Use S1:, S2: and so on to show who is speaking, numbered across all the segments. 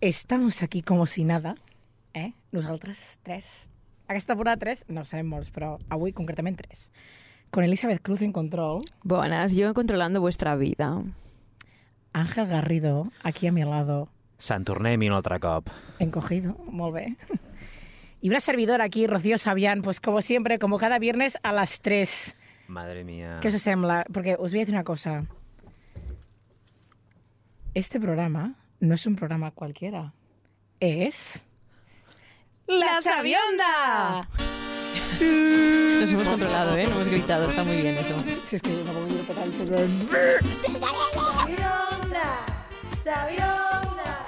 S1: Estamos aquí com si nada, eh? Nosaltres, tres. Aquesta temporada tres, no serem molts, però avui concretament tres. Con Elizabeth Cruz en control,
S2: Buenas, yo controlando vuestra vida.
S1: Ángel Garrido, aquí a mi lado,
S3: Santornem-hi un altre cop.
S1: encogido, molt bé. Y una servidora aquí, Rocío Sabián, pues como siempre, como cada viernes a las tres.
S3: Madre mía.
S1: ¿Qué os sembla? Porque os voy a decir una cosa. Este programa no es un programa cualquiera. Es...
S2: ¡La
S1: Sabionda!
S2: Nos hemos controlado, ¿eh? No hemos gritado, está muy bien eso.
S1: Si es que yo no puedo ir a tocar el pelo.
S4: Sabionda, Sabionda,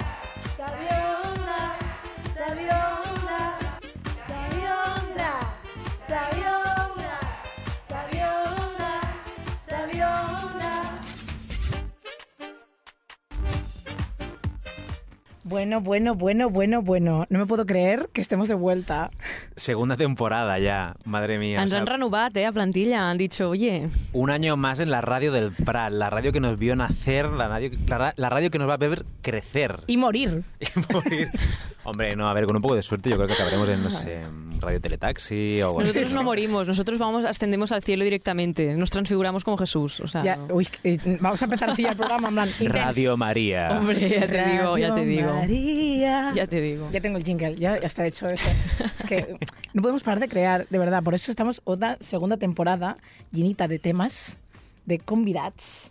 S4: Sabionda, Sabionda, Sabionda, Sabionda, Sabionda, Sabionda.
S1: Bueno, bueno, bueno, bueno, bueno. No me puedo creer que estemos de vuelta.
S3: Segunda temporada ya, madre mía.
S2: Ens
S3: O sea,
S2: han renovat, ¿eh? A plantilla. Han dicho, oye,
S3: un año más en la radio del Prat, la radio que nos vio nacer, la radio, la, ra- la radio que nos va a ver crecer
S1: Y morir.
S3: y morir. Hombre, no, a ver, con un poco de suerte yo creo que acabaremos en, no sé, en Radio Teletaxi o algo así,
S2: nosotros no morimos, nosotros vamos, ascendemos al cielo directamente, nos transfiguramos como Jesús. O sea,
S1: Ya, uy, eh, vamos a empezar así el programa, en plan, intenso.
S3: Radio María.
S2: hombre, ya te digo, ya te
S1: Radio
S2: digo.
S1: María.
S2: Ya te digo.
S1: Ya tengo el jingle, ya, ya está hecho eso. Es que no podemos parar de crear, de verdad. Por eso estamos otra segunda temporada llenita de temas, de convidats.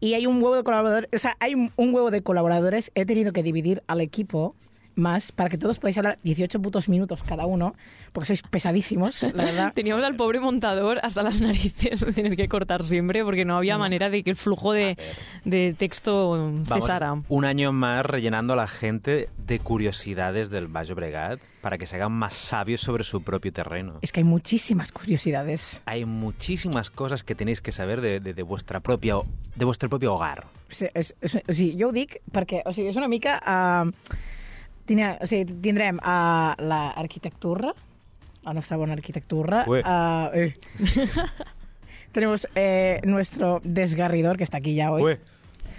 S1: Y hay un huevo de colaboradores, o sea, hay un un huevo de colaboradores. He tenido que dividir al equipo más para que todos podáis hablar 18 putos minutos cada uno, porque sois pesadísimos, la verdad.
S2: Teníamos al pobre montador hasta las narices de tener que cortar siempre porque no había manera de que el flujo de, de texto
S3: Mm. Vamos
S2: cesara.
S3: un año más rellenando a la gente de curiosidades del Valle Bregat para que se hagan más sabios sobre su propio terreno.
S1: Es que hay muchísimas curiosidades.
S3: Hay muchísimas cosas que tenéis que saber de, de- de vuestra propia, de vuestro propio hogar.
S1: Sí, és, és, pues, o sigui, jo ho dic perquè o sigui, és una mica... Uh, tindrem, o sigui, tindrem uh, l'arquitectura, la nostra bona arquitectura.
S3: Ué.
S1: Uh, eh. Tenemos eh, nuestro desgarridor, que está aquí ya hoy.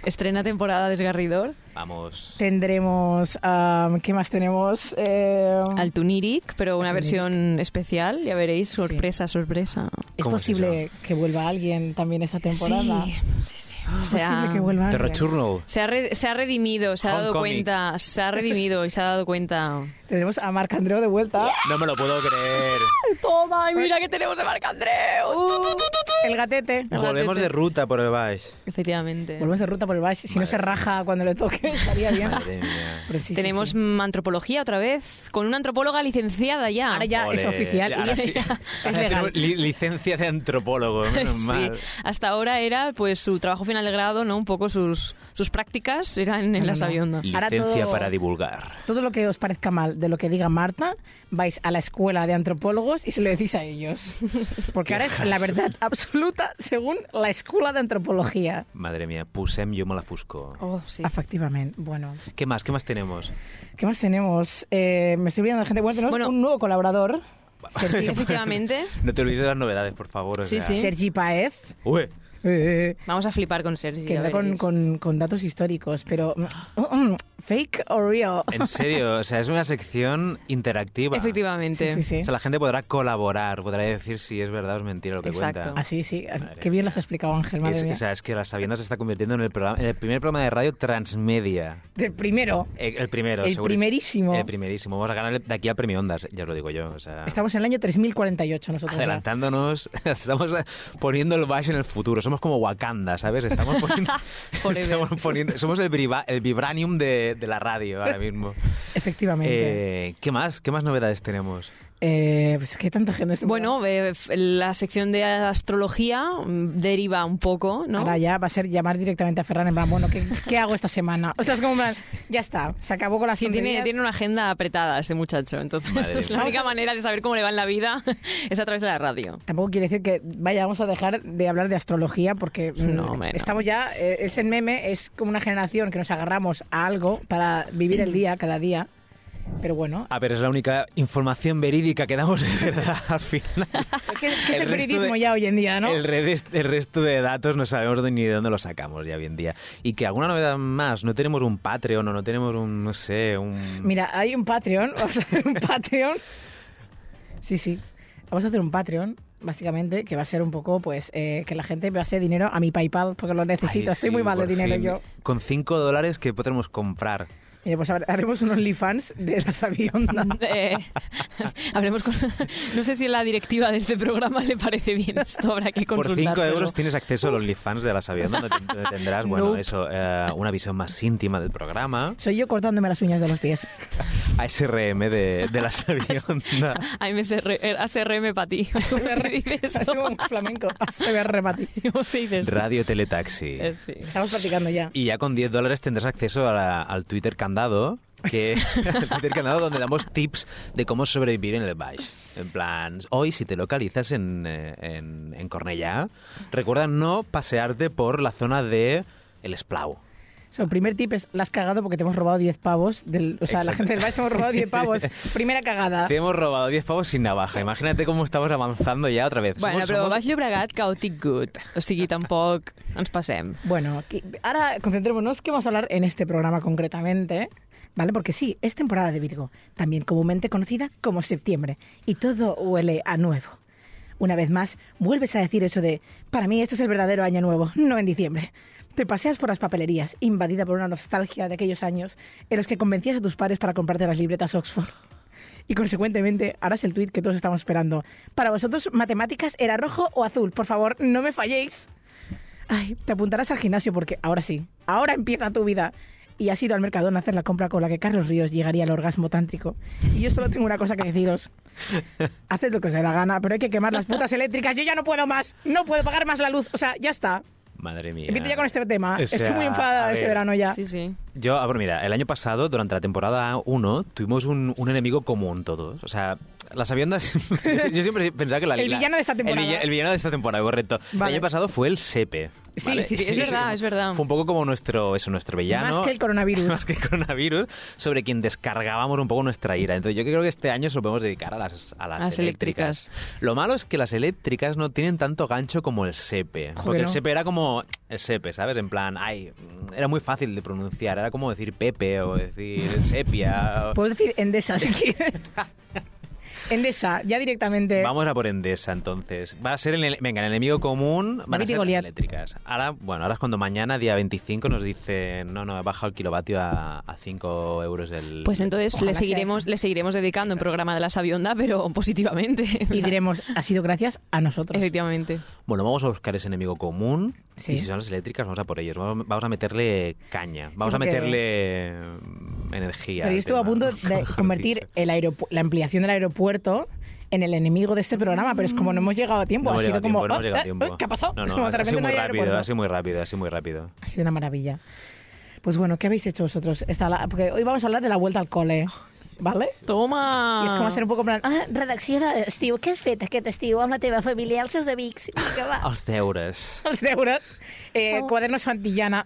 S2: Estrena temporada Desgarridor,
S3: Vamos.
S1: Tendremos... um, ¿Qué más tenemos? Eh,
S2: Mm. al Tuniric, pero una
S1: Al
S2: versión especial, ya veréis, sorpresa, sorpresa.
S1: es
S3: ¿Cómo es
S1: posible que vuelva alguien también esta temporada.
S2: Sí, sí, sí.
S1: Es
S2: Se ha,
S1: posible que vuelva alguien.
S3: Terrochurno.
S2: se ha re- se ha redimido, se ha dado
S3: Homecoming.
S2: cuenta, se ha redimido y se ha dado cuenta.
S1: Tenemos a Marc Andreu de vuelta.
S3: No me lo puedo creer.
S2: ¡Toma! Y mira que tenemos a Marc Andreu.
S1: Uh, el gatete.
S3: Volvemos de ruta por el Baix.
S2: Efectivamente.
S1: Volvemos de ruta por el baix. Si no
S3: Madre.
S1: se raja cuando le toque, estaría bien.
S3: Madre mía.
S1: Pero sí, sí,
S2: Tenemos
S1: sí.
S2: mm, antropología otra vez, con una antropóloga licenciada ya.
S1: Ahora ya es
S3: Ole.
S1: oficial.
S3: Ahora
S1: y
S3: sí.
S1: es
S3: Ahora
S1: legal.
S3: tenemos li- licencia de antropólogo, menos
S2: Sí.
S3: mal.
S2: Hasta ahora era pues su trabajo final de grado, ¿no? Un poco sus, sus prácticas eran en
S1: No,
S2: la
S1: no, no.
S2: sabionda.
S1: Ahora
S3: Licencia
S1: todo-
S3: para divulgar.
S1: Todo lo que os parezca mal de lo que diga Marta, vais a la escuela de antropólogos y se lo decís a ellos. Porque ahora es la verdad absoluta según la escuela de antropología.
S3: Madre mía, pusem yo me la fusco.
S2: Oh, sí.
S1: Efectivamente. Bueno,
S3: ¿Qué más? ¿Qué más tenemos?
S1: ¿qué más tenemos? Eh, me estoy olvidando de gente. Bueno, tenemos
S2: Bueno.
S1: un nuevo colaborador,
S2: Sí, efectivamente.
S3: No te olvides de las novedades, por favor. o
S2: Sí,
S3: sea.
S2: sí.
S1: Sergi Paez,
S3: Ué,
S1: eh,
S2: Vamos a flipar con Sergi.
S1: que
S2: ya
S1: está con,
S2: veréis.
S1: con- con datos históricos, pero mm, mm, fake o real.
S3: en serio, o sea, es una sección interactiva.
S2: Efectivamente.
S1: Sí, sí, sí.
S3: O sea, la gente podrá colaborar, podrá decir si es verdad o es mentira lo que
S2: Exacto.
S3: cuenta.
S1: Ah, sí, sí.
S3: Madre
S1: Qué bien
S3: mía.
S1: lo has explicado, Ángel. Madre
S3: Es,
S1: mía.
S3: o sea, es que la Sabienda se está convirtiendo en el, programa- en el primer programa de radio transmedia.
S1: Del primero.
S3: Eh, El primero,
S1: El
S3: segurísimo.
S1: primerísimo.
S3: El primerísimo. Vamos a ganar de aquí al premio Ondas, ya os lo digo yo. O sea,
S1: Estamos en el año 3048 nosotros. ya.
S3: adelantándonos, estamos poniendo el Bash en el futuro. Somos como Wakanda, ¿sabes? Estamos poniendo.
S2: Forever.
S3: estamos poniendo- somos el, briva- el vibranium de, de la radio ahora mismo.
S1: Efectivamente.
S3: Eh, ¿Qué más? ¿Qué más novedades tenemos?
S1: Eh, pues es que hay tanta gente. en este programa.
S2: Bueno, eh, f- la sección de astrología mm, deriva un poco, ¿no?
S1: Ahora ya va a ser llamar directamente a Ferran en plan, bueno, ¿qué, qué hago esta semana? O sea, es como en plan, ya está, se acabó con la
S2: Sí, tiene, tiene una agenda apretada este muchacho, entonces
S3: Madre
S2: la
S3: mía.
S2: única manera de saber cómo le va en la vida es a través de la radio.
S1: Tampoco quiere decir que vaya, vamos a dejar de hablar de astrología porque mm,
S2: No, hombre, no.
S1: estamos ya, eh, es el meme, es como una generación que nos agarramos a algo para vivir el día, cada día. Pero bueno,
S3: A ver, es la única información verídica que damos de verdad al final.
S1: ¿qué, qué es
S3: El
S1: el
S3: resto
S1: periodismo
S3: de-
S1: ya hoy en día, no?
S3: El, redes- el resto de datos no sabemos de- ni de dónde los sacamos ya hoy en día. Y que alguna novedad más, no tenemos un Patreon o no tenemos un, no sé, un...
S1: Mira, hay un Patreon, vamos a hacer un Patreon. Sí, sí. Vamos a hacer un Patreon, básicamente, que va a ser un poco, pues, eh, que la gente me hace dinero a mi PayPal, porque lo necesito.
S3: Ay,
S1: Estoy
S3: sí,
S1: muy mal de
S3: por
S1: dinero
S3: fin.
S1: yo.
S3: Con 5 dólares que podremos comprar.
S1: Mira, pues ahora haremos unos OnlyFans de la sabionda.
S2: Eh, hablemos con... No sé si a la directiva de este programa le parece bien esto, habrá que
S3: Por 5
S2: consultárselo.
S3: euros tienes acceso a los OnlyFans de la Sabienda, donde te- donde tendrás, bueno,
S2: Nope.
S3: eso, eh, una visión más íntima del programa.
S1: Soy yo cortándome las uñas de los pies.
S3: ASRM de, de la Sabienda.
S2: AMSR, eh, ACRM para ti. ¿Cómo se dice esto?
S1: Hacemos un flamenco. Se ve a rebatir.
S2: ¿Cómo se dice esto?
S3: Radio Teletaxi.
S2: Eh, sí.
S1: Estamos platicando ya.
S3: Y ya con 10 dólares tendrás acceso a la- al Twitter candado, que al Twitter candado donde damos tips de cómo sobrevivir en el Baix. En plan, hoy si te localizas en, eh, en, en Cornellá, recuerda no pasearte por la zona de El Esplau.
S1: So, primer tip es, la has cagado porque te hemos robado 10 pavos. Del, o sea, la
S3: Exacto.
S1: gente del país te hemos robado 10 pavos. Primera cagada.
S3: Te hemos robado 10 pavos sin navaja. Imagínate cómo estamos avanzando ya otra vez.
S2: Bueno,
S3: Somos-
S2: però
S3: somos-
S2: Baix Llobregat, Chaotic Good. O sigui, tampoc ens passem.
S1: Bueno, que- ahora concentrémonos que vamos a hablar en este programa concretamente, ¿vale? Porque sí, es temporada de Virgo, también comúnmente conocida como septiembre, y todo huele a nuevo. Una vez más, vuelves a decir eso de, para mí este es el verdadero año nuevo, no en diciembre. Te paseas por las papelerías, invadida por una nostalgia de aquellos años en los que convencías a tus padres para comprarte las libretas Oxford. Y consecuentemente harás el tweet que todos estamos esperando. Para vosotros, matemáticas era rojo o azul. Por favor, no me falléis. Ay, te apuntarás al gimnasio porque ahora sí, ahora empieza tu vida. Y has ido al Mercadona a hacer la compra con la que Carlos Ríos llegaría al orgasmo tántrico. Y yo solo tengo una cosa que deciros. Haced lo que os dé la gana, pero hay que quemar las putas eléctricas. Yo ya no puedo más. No puedo pagar más la luz. O sea, ya está.
S3: Madre mía.
S1: Empiezo ya con este tema.
S3: O sea,
S1: Estoy muy
S3: a
S1: enfadada de este
S3: ver,
S1: verano ya.
S2: Sí, sí.
S3: Yo, ah, bueno, mira, el año pasado, durante la temporada 1, tuvimos un, un enemigo común todos. O sea, las aviondas. yo siempre pensaba que la
S1: El
S3: la-
S1: villano de esta temporada.
S3: El, villa- el villano de esta temporada, correcto.
S1: Vale.
S3: El año pasado fue el SEPE.
S1: Sí,
S3: ¿vale?
S1: sí, sí,
S2: es verdad, es verdad.
S3: Fue un poco como nuestro, eso, nuestro villano.
S1: Más que el coronavirus.
S3: Más que el coronavirus, sobre quien descargábamos un poco nuestra ira. Entonces, yo creo que este año se lo podemos dedicar a las, a las,
S2: A las eléctricas.
S3: Lo malo es que las eléctricas no tienen tanto gancho como el SEPE.
S1: que
S3: Porque el
S1: no.
S3: SEPE era como el SEPE, ¿sabes? En plan, ay, era muy fácil de pronunciar. Era como decir Pepe o decir Sepia. o-
S1: Puedes decir Endesa si quieres. Endesa, ya directamente.
S3: Vamos a por Endesa entonces. Va a ser el, ene- venga, el enemigo común van
S1: David
S3: a
S1: y
S3: ser las
S1: Goliat.
S3: eléctricas. Ahora, bueno, ahora es cuando mañana, día 25, nos dicen, no, no, he bajado el kilovatio a, a 5 euros el...
S2: Pues entonces
S1: Ojalá
S2: le
S1: sea
S2: seguiremos,
S1: eso.
S2: le seguiremos dedicando en programa de la Sabionda, pero positivamente.
S1: Y diremos, ha sido gracias a nosotros.
S2: Efectivamente.
S3: Bueno, vamos a buscar ese enemigo común.
S1: Sí.
S3: Y si son las eléctricas, vamos a por ellos. Vamos vamos a meterle caña. Vamos a
S1: porque-
S3: meterle mm, energía.
S1: Pero yo
S3: al
S1: estuve a
S3: tema,
S1: punto
S3: mejor
S1: de convertir
S3: dicho.
S1: el aeropu- la ampliación del aeropuerto en el enemigo de este programa, pero es como no hemos llegado a tiempo.
S3: No
S1: ha
S3: hemos
S1: sido
S3: llegado a
S1: como.
S3: tiempo, no hemos
S1: "Ah,
S3: llegado a
S1: ah,
S3: tiempo.
S1: ¿Qué ha pasado?
S3: No,
S1: Como
S3: no,
S1: de
S3: ha
S1: repente
S3: sido muy
S1: no hay
S3: rápido,
S1: aeropuerto.
S3: ha sido muy rápido, ha sido muy rápido.
S1: Ha sido una maravilla. Pues bueno, ¿qué habéis hecho vosotros? Esta la- Porque hoy vamos a hablar de la vuelta al cole. ¿Vale?
S2: Toma.
S1: I és com a ser un poc en plan... Ah,
S5: redacció d'estiu. Què has fet aquest estiu amb la teva família, els seus amics? Vinga, va.
S3: Els deures.
S1: els deures, eh, quadernos Santillana.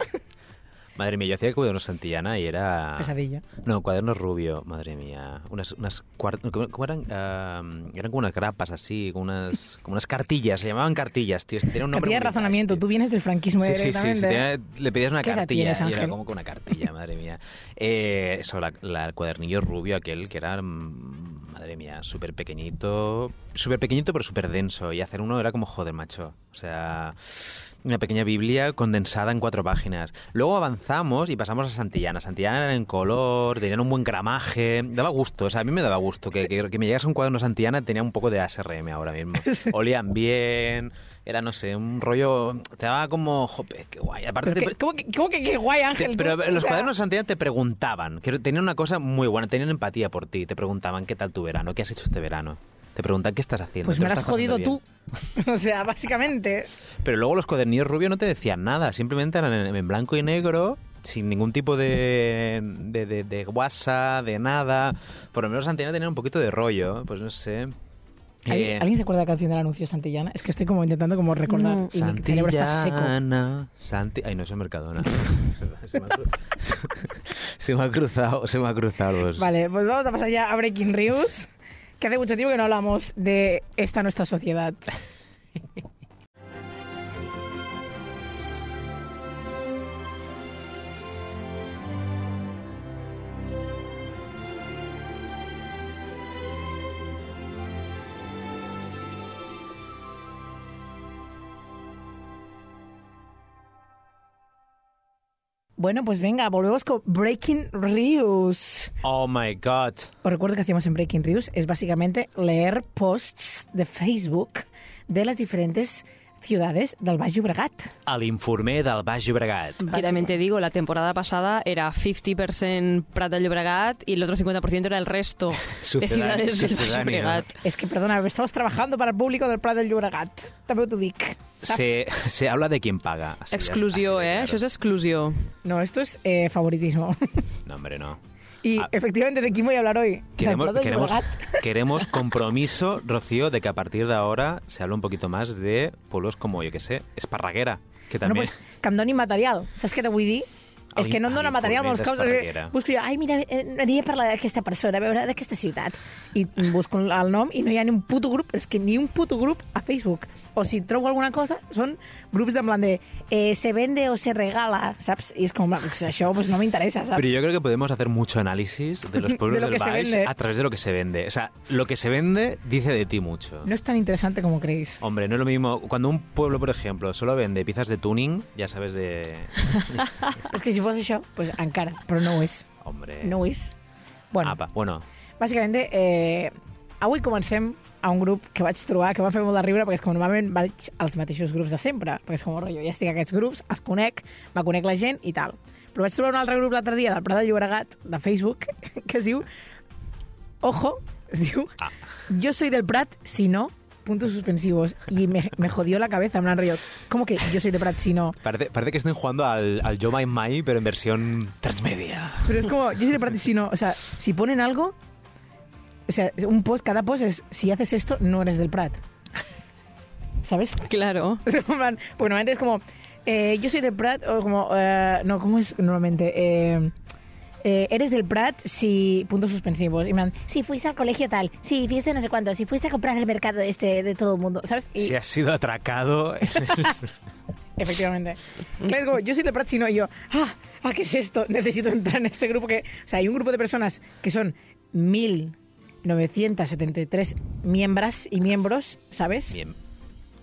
S3: Madre mía, yo hacía cuadernos Santillana y era...
S1: Pesadilla.
S3: No, cuadernos rubio, madre mía. Unas, unas cuar- ¿cómo- cómo eran? Ah, eran como unas grapas así, como unas, como unas cartillas, se llamaban cartillas, tío. es que Tenía un nombre
S1: Cartilla de
S3: muy vintage,
S1: razonamiento,
S3: tío.
S1: tú vienes del franquismo
S3: Sí, sí, sí,
S1: directamente.
S3: sí, tenía- le pedías una
S1: ¿Qué edad
S3: cartilla
S1: tienes,
S3: y era
S1: Ángel?
S3: como que una cartilla, madre mía. Eh, eso, la, la- el cuadernillo rubio aquel que era, mm, madre mía, súper pequeñito, súper pequeñito pero súper denso y hacer uno era como joder, macho. O sea, una pequeña Biblia condensada en cuatro páginas. Luego avanzamos y pasamos a Santillana. Santillana era en color, tenía un buen gramaje, daba gusto, o sea, a mí me daba gusto que, que- que me llegase un cuaderno Santillana tenía un poco de ASRM ahora mismo. Olían bien, era, no sé, un rollo, te daba como, jope, qué guay. Aparte,
S1: Pero
S3: te
S1: que- ¿cómo, que, ¿Cómo que qué guay,
S3: te-
S1: Ángel?
S3: pero
S1: tú, o
S3: los
S1: sea,
S3: cuadernos Santillana te preguntaban, que tenían una cosa muy buena, tenían empatía por ti, te preguntaban qué tal tu verano, qué has hecho este verano. Te preguntan qué estás haciendo.
S1: Pues
S3: ¿te
S1: me
S3: lo
S1: lo has
S3: estás pasando
S1: jodido
S3: bien? Eh,
S1: tú. O sea, básicamente...
S3: Pero luego los cuadernillos rubios no te decían nada, simplemente eran en, en blanco y negro, sin ningún tipo de, de, de, de guasa, de nada. Por lo menos Santillana tenía un poquito de rollo, pues no sé.
S1: ¿Alguien,
S3: Eh,
S1: alguien se acuerda de la canción del anuncio Santillana? Es que estoy como intentando como recordar.
S2: No.
S1: Y mi cerebro está seco.
S3: Mm. Santillana, Santi... Ay, no, eso es Mercadona. se, me ha, cru- se me ha cruzado, se me ha cruzado. los-
S1: Vale, pues vamos a pasar ya a Breaking News, que hace mucho tiempo que no hablamos de esta nuestra sociedad. Bueno, pues venga, volvemos con Breaking News.
S3: Oh my God.
S1: Os recuerdo que hacíamos en Breaking News es básicamente leer posts de Facebook de las diferentes ciudades del Baix Llobregat.
S3: El informer del Baix Llobregat.
S2: Que también te digo, la temporada pasada era 50% Prat del Llobregat y el otro 50% era el resto de
S3: Sucedáneo,
S2: ciudades del Baix
S3: sucedáneo.
S2: Llobregat.
S1: Es que, perdona, estamos trabajando para el público del Prat del Llobregat. També ho t'ho dic. saps?
S3: Se, se habla de quién paga. Así,
S2: Exclusió,
S3: así de
S2: eh?
S3: claro.
S2: Això és exclusió.
S1: No, esto es eh, favoritismo.
S3: No, hombre, no.
S1: Y
S3: Ah.
S1: efectivamente de quién voy a hablar hoy.
S3: Queremos,
S1: del Prat del
S3: queremos,
S1: Llobregat.
S3: queremos compromiso, Rocío, de que a partir de ahora se hable un poquito más de pueblos como, yo que sé, Esparraguera, que
S1: Bueno,
S3: también...
S1: pues, que em doni material. Saps què te vull dir?
S3: A
S1: És que no em
S3: l'in- a
S1: dóna material amb els caus.
S3: l'informe d'Esparreguera.
S1: Busco jo, ai, mira, eh, aniré a parlar d'aquesta persona, a veure d'aquesta ciutat. I busco el nom i no hi ha ni un puto grup, és que ni un puto grup a Facebook. O si trobo alguna cosa, són grups de en plan de eh, se vende o se regala, saps? I és com, pues, això pues, no m'interessa,
S3: Pero
S1: saps?
S3: yo creo que podemos hacer mucho análisis de los pueblos
S1: De lo
S3: del
S1: que se
S3: Baix
S1: vende.
S3: a través de lo que se vende. O sea, lo que se vende dice de ti mucho.
S1: No és tan interessant com creus.
S3: Hombre, no es lo mismo. Cuando un pueblo, por ejemplo, solo vende piezas de tuning, ya sabes de.
S1: És que si fos això, pues, encara, però no ho és.
S3: Hombre.
S1: No ho és. Bueno,
S3: Apa. Bueno,
S1: Bàsicament, eh, avui comencem a un grup que vaig trobar, que em va fer molt de riure, perquè és que normalment vaig als mateixos grups de sempre, perquè és com, rotllo, ja estic a aquests grups, els conec, me conec la gent i tal. Però vaig trobar un altre grup l'altre dia del Prat de Llobregat, de Facebook, que es diu... Ojo, es diu...
S3: Ah.
S1: Yo soy del Prat, si no, puntos suspensivos. Y me, me jodió la cabeza, en plan, rollo, ¿cómo que yo soy del Prat, si no?
S3: parece, parece que estén jugando al, al Yo My My, pero en versión transmedia.
S1: Pero es como, yo soy de parte, si no, o sea, si ponen algo, o sea, un post, cada post es, si haces esto, no eres del Prat. ¿Sabes?
S2: Claro.
S1: En plan, Pues normalmente es como, eh, yo soy del Prat, o como, eh, no, ¿cómo es normalmente? Eh, eh, eres del Prat si puntos suspensivos. Y me dan,
S5: Si fuiste al colegio tal, si hiciste no sé cuánto, si fuiste a comprar el mercado este de todo el mundo, ¿sabes?
S1: Y-
S3: Si has sido atracado.
S1: Efectivamente. Claro, es como, yo soy de Prat, si no, y yo, ah, ah, ¿qué es esto? Necesito entrar en este grupo que... O sea, hay un grupo de personas que son 1.973 miembros y miembros, ¿sabes?
S3: Bien.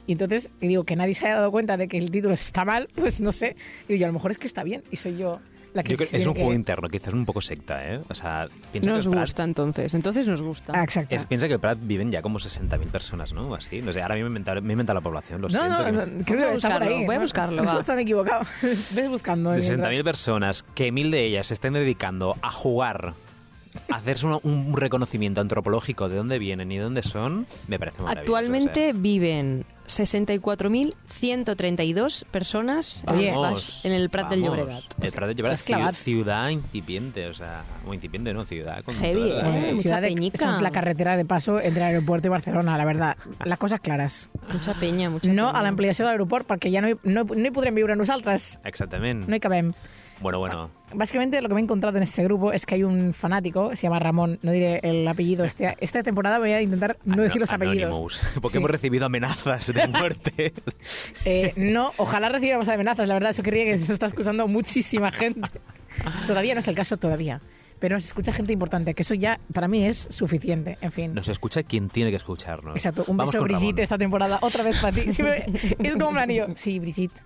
S1: Y entonces y digo que nadie se haya dado cuenta de que el título está mal, pues no sé. Digo yo, a lo mejor es que está bien y soy yo la que...
S3: Yo creo que es
S1: tiene
S3: un juego
S1: que- Ah,
S3: interno, quizás un poco secta, ¿eh? O sea, piensa que
S2: Nos
S3: el Prat-
S2: gusta, entonces. Entonces nos gusta.
S1: Ah, exacto.
S3: es- piensa que el Prat viven ya como 60.000 personas, ¿no? O Así. No sé, ahora mismo me he inventado, me he inventado la población, lo
S1: no,
S3: siento.
S1: no,
S3: que
S1: no,
S3: me-
S1: creo
S2: Voy
S1: que
S2: a
S1: está por
S2: buscarlo,
S1: ahí.
S2: voy a
S1: ¿no?
S2: buscarlo,
S1: No
S2: va.
S1: estás tan equivocado. Ves buscando.
S3: de
S1: mientras.
S3: 60.000 personas, que mil de ellas se estén dedicando a jugar, a hacerse una- un reconocimiento antropológico de dónde vienen y dónde son, me parece maravilloso.
S2: Actualmente
S3: o
S2: viven 64.132 personas
S3: sea,
S2: en el
S3: vamos,
S2: Baix- en el Prat del
S3: vamos.
S2: Llobregat.
S3: El Prat del Llobregat,
S1: Estás clavado.
S3: ciu- ciudad incipiente, o sea, o incipiente no, ciudad con
S2: Heavy,
S3: toda la-
S2: eh,
S1: Bueno,
S2: mucha
S1: ciudad de-
S2: peñica.
S1: esto es la carretera de paso entre el aeropuerto y Barcelona, la verdad. Las cosas claras.
S2: Mucha peña, mucha
S1: No
S2: peña.
S1: a l'ampliació de l'aeroport, perquè ja no hi, no, hi- no hi podrem viure nosaltres.
S3: Exactamente.
S1: No hi cabem.
S3: Bueno, bueno,
S1: Básicamente lo que me he encontrado en este grupo es que hay un fanático, se llama Ramón, no diré el apellido. Este, esta temporada voy a intentar no
S3: ano-
S1: decir los apellidos.
S3: Anonymous, porque
S1: Sí.
S3: hemos recibido amenazas de muerte.
S1: Eh, no, ojalá recibiéramos amenazas, la verdad, eso querría que se está escuchando muchísima gente. Todavía no es el caso, todavía. Pero se escucha gente importante, que eso ya para mí es suficiente, en fin.
S3: Nos escucha quien tiene que escucharnos.
S1: Exacto, un
S3: Ah. Vamos
S1: beso
S3: con Ramón.
S1: Brigitte esta temporada, otra vez para ti. Siempre- es como un anillo. Sí, Brigitte,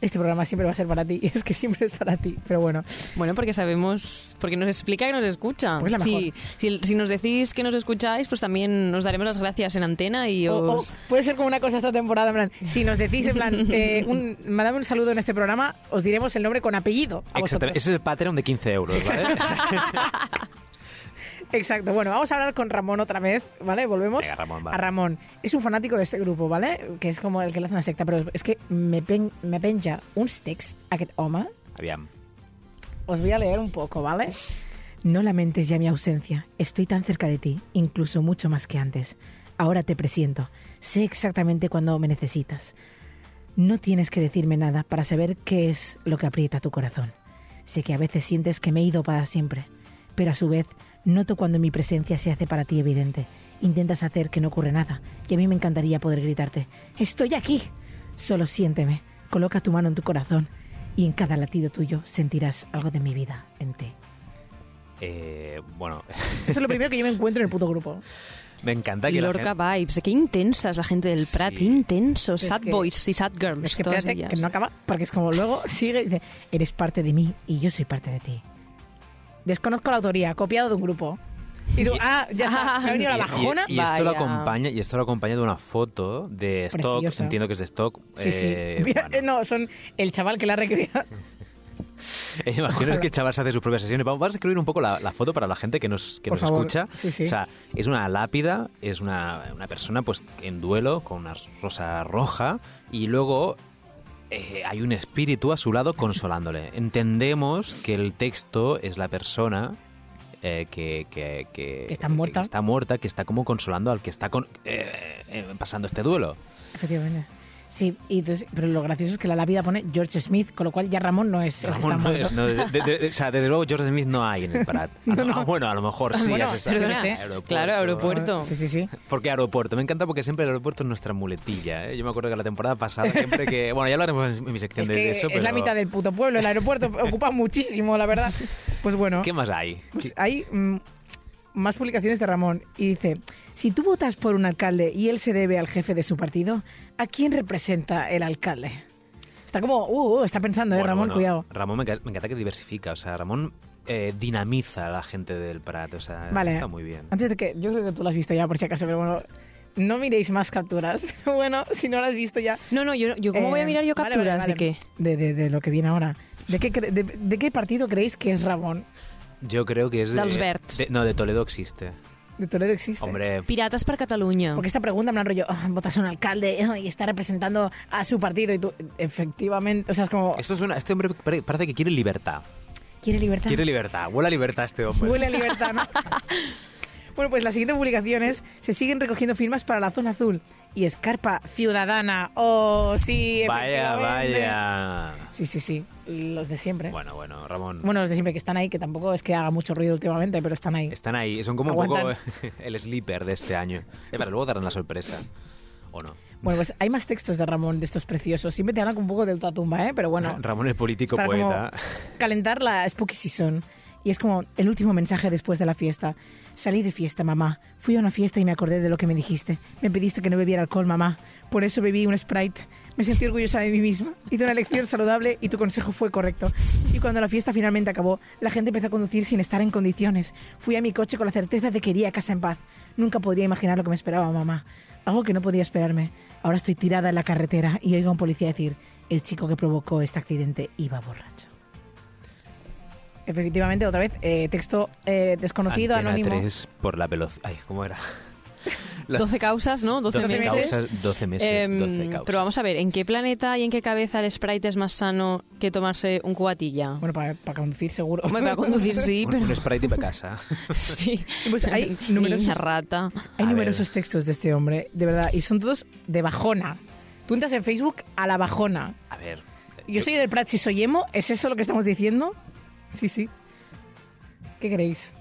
S1: este programa siempre va a ser para ti, es que siempre es para ti, pero bueno.
S2: Bueno, porque sabemos, porque nos explica que nos escucha.
S1: Pues la
S2: si, si, si nos decís que nos escucháis, pues también nos daremos las gracias en antena y
S1: O- o
S2: os...
S1: puede ser como una cosa esta temporada, en plan, si nos decís, en plan, eh, un, mandadme un saludo en este programa, os diremos el nombre con apellido a vosotros.
S3: Exactamente. Ese es el Patreon de 15 euros, ¿vale?
S1: Exacto, bueno, vamos a hablar con Ramón otra vez, ¿vale? Volvemos
S3: Venga, Ramón, va.
S1: a Ramón. Es un fanático de este grupo, ¿vale? Que es como el que le hace una secta, pero es que me, pen, me penja uns texts aquest home,
S3: Aviam.
S1: os voy a leer un poco, ¿vale? No lamentes ya mi ausencia, estoy tan cerca de ti, incluso mucho más que antes. Ahora te presiento. Sé exactamente cuándo me necesitas. No tienes que decirme nada para saber qué es lo que aprieta tu corazón. Sé que a veces sientes que me he ido para siempre, pero a su vez noto cuando mi presencia se hace para ti evidente. Intentas hacer que no ocurra nada, y a mí me encantaría poder gritarte, ¡Estoy aquí! Solo siénteme, coloca tu mano en tu corazón, y en cada latido tuyo sentirás algo de mi vida en ti.
S3: Eh, bueno,
S1: Eso es lo primero que yo me encuentro en el puto grupo.
S3: me encanta que la
S2: Lorca
S3: gente-
S2: Vibes, qué intensa es la gente del Prat,
S3: Sí.
S2: intenso.
S1: Es
S2: Sad
S1: que-
S2: Boys y Sad Girls,
S1: Es que
S2: todas
S1: espérate
S2: ellas.
S1: que no acaba, porque es como luego sigue y dice, eres parte de mí y yo soy parte de ti. Desconozco la autoría, copiado de un grupo. Y tú, ah, ya está, me ha venido la
S3: Y- y-
S1: bajona.
S3: Y, esto lo
S2: Vaya.
S3: acompaña, y esto lo acompaña de una foto de stock,
S1: Preciosa.
S3: entiendo que es de stock.
S1: Sí, sí.
S3: eh,
S1: Mira,
S3: bueno.
S1: No, son el chaval que la ha recreado.
S3: Eh, Imagino que el chaval se hace sus propias sesiones. Vamos, vamos a escribir un poco la, la foto para la gente que nos, que
S1: Por
S3: nos
S1: favor.
S3: escucha.
S1: Sí, sí.
S3: O sea, es una lápida, es una, una persona pues en duelo con una rosa roja y luego eh, hay un espíritu a su lado consolándole. Entendemos que el texto es la persona eh, que, que- que-
S1: Que está muerta.
S3: Que, está muerta, que está como consolando al que está con- eh, eh, pasando este duelo.
S1: Efectivamente. Sí, y entonces, pero lo gracioso es que la lápida pone George Smith, con lo cual ya Ramón no es el que
S3: Ramón
S1: está
S3: no es-
S1: muerto.
S3: no, de- de- de- o sea, desde luego George Smith no hay en el Prat. A lo- ah, bueno, a lo mejor sí,
S1: Bueno,
S3: ya se sabe.
S2: Perdona, claro, aeropuerto.
S1: Sí, sí, sí.
S3: ¿Por qué aeropuerto? Me encanta porque siempre el aeropuerto es nuestra muletilla. ¿eh? Yo me acuerdo que la temporada pasada siempre que... Bueno, ya hablaremos en mi sección
S1: Es
S3: de,
S1: que
S3: de eso,
S1: es la
S3: pero
S1: mitad del puto pueblo, el aeropuerto ocupa muchísimo, la verdad. Pues bueno.
S3: ¿Qué más hay?
S1: Pues hay mm, más publicaciones de Ramón y dice, si tú votas por un alcalde y él se debe al jefe de su partido, ¿a quién representa el alcalde? Está como, uh, uh, está pensando, ¿eh,
S3: Bueno,
S1: Ramón?
S3: bueno,
S1: Cuidado.
S3: Ramón me, enca- me encanta que diversifica. O sea, Ramón eh, dinamiza a la gente del Prat. O sea, eso
S1: Vale.
S3: está muy bien.
S1: Antes de que, yo creo que tú lo has visto ya por si acaso, pero bueno, no miréis más capturas. Pero bueno, si no lo has visto ya...
S2: No, no, yo, yo ¿cómo
S1: Eh,
S2: voy a mirar yo
S1: vale,
S2: capturas
S1: vale,
S2: de
S1: vale.
S2: qué?
S1: De, de- de lo que viene ahora. ¿De qué, cre- de, de qué partido creéis que es Ramón?
S3: Yo creo que es de...
S2: Dels Verds.
S3: de- no, de Toledo existe.
S1: ¿De Toledo existe?
S3: Hombre,
S2: Piratas para Cataluña.
S1: Porque esta pregunta, en plan rollo, "Ah, votas a un alcalde ah, y está representando a su partido y tú, efectivamente, o sea, es como,
S3: esto es una- este hombre pare- parece que quiere libertad.
S1: ¿quiere libertad?
S3: Quiere libertad. Huele a libertad este hombre.
S1: Huele a libertad, ¿no? bueno, pues la siguiente publicación es, se siguen recogiendo firmas para la zona azul y escarpa ciudadana. Oh, sí,
S3: Vaya,
S1: efectivamente.
S3: vaya.
S1: Sí, sí, sí, los de siempre. Bueno.
S3: Bueno, bueno, Ramón.
S1: los de siempre que están ahí, que tampoco es que haga mucho ruido últimamente, pero están ahí.
S3: Están ahí, son como un
S1: Aguantan.
S3: poco el sleeper de este año. Eh, pero luego darán la sorpresa. ¿O no?
S1: Bueno, pues hay más textos de Ramón de estos preciosos. Siempre te hablan un poco de ultratumba, ¿eh? Pero bueno.
S3: Ramón el político
S1: para como
S3: poeta.
S1: calentar la spooky season. Y es como el último mensaje después de la fiesta. Salí de fiesta, mamá. Fui a una fiesta y me acordé de lo que me dijiste. Me pediste que no bebiera alcohol, mamá. Por eso bebí un Sprite. Me sentí orgullosa de mí misma. Hice una elección saludable y tu consejo fue correcto. Y cuando la fiesta finalmente acabó, la gente empezó a conducir sin estar en condiciones. Fui a mi coche con la certeza de que iría a casa en paz. Nunca podría imaginar lo que me esperaba, mamá. Algo que no podía esperarme. Ahora estoy tirada en la carretera y oigo a un policía decir, el chico que provocó este accidente iba borracho. Efectivamente, otra vez, eh, texto eh, desconocido,
S3: Antena
S1: anónimo.
S3: 3 por la velocidad. Ay, ¿cómo era? La-
S2: 12 causas, ¿no? 12,
S3: 12
S2: meses.
S3: causas, 12 meses,
S2: Em,
S3: 12 causas.
S2: Pero vamos a ver, ¿en qué planeta y en qué cabeza el Sprite es más sano que tomarse un cubatilla?
S1: Bueno, para, para conducir seguro.
S2: Hombre, para conducir sí,
S3: Un-
S2: pero
S3: Un Sprite para casa.
S2: sí.
S1: Pues hay
S2: Niña
S1: numerosos-
S2: rata.
S1: Hay
S3: A
S1: numerosos textos de este hombre, de verdad, y son todos de bajona. Tú entras en Facebook a la bajona.
S3: A ver.
S1: Yo soy del Prat, si soy emo, ¿es eso lo que estamos diciendo? Sí, sí. ¿Qué creéis?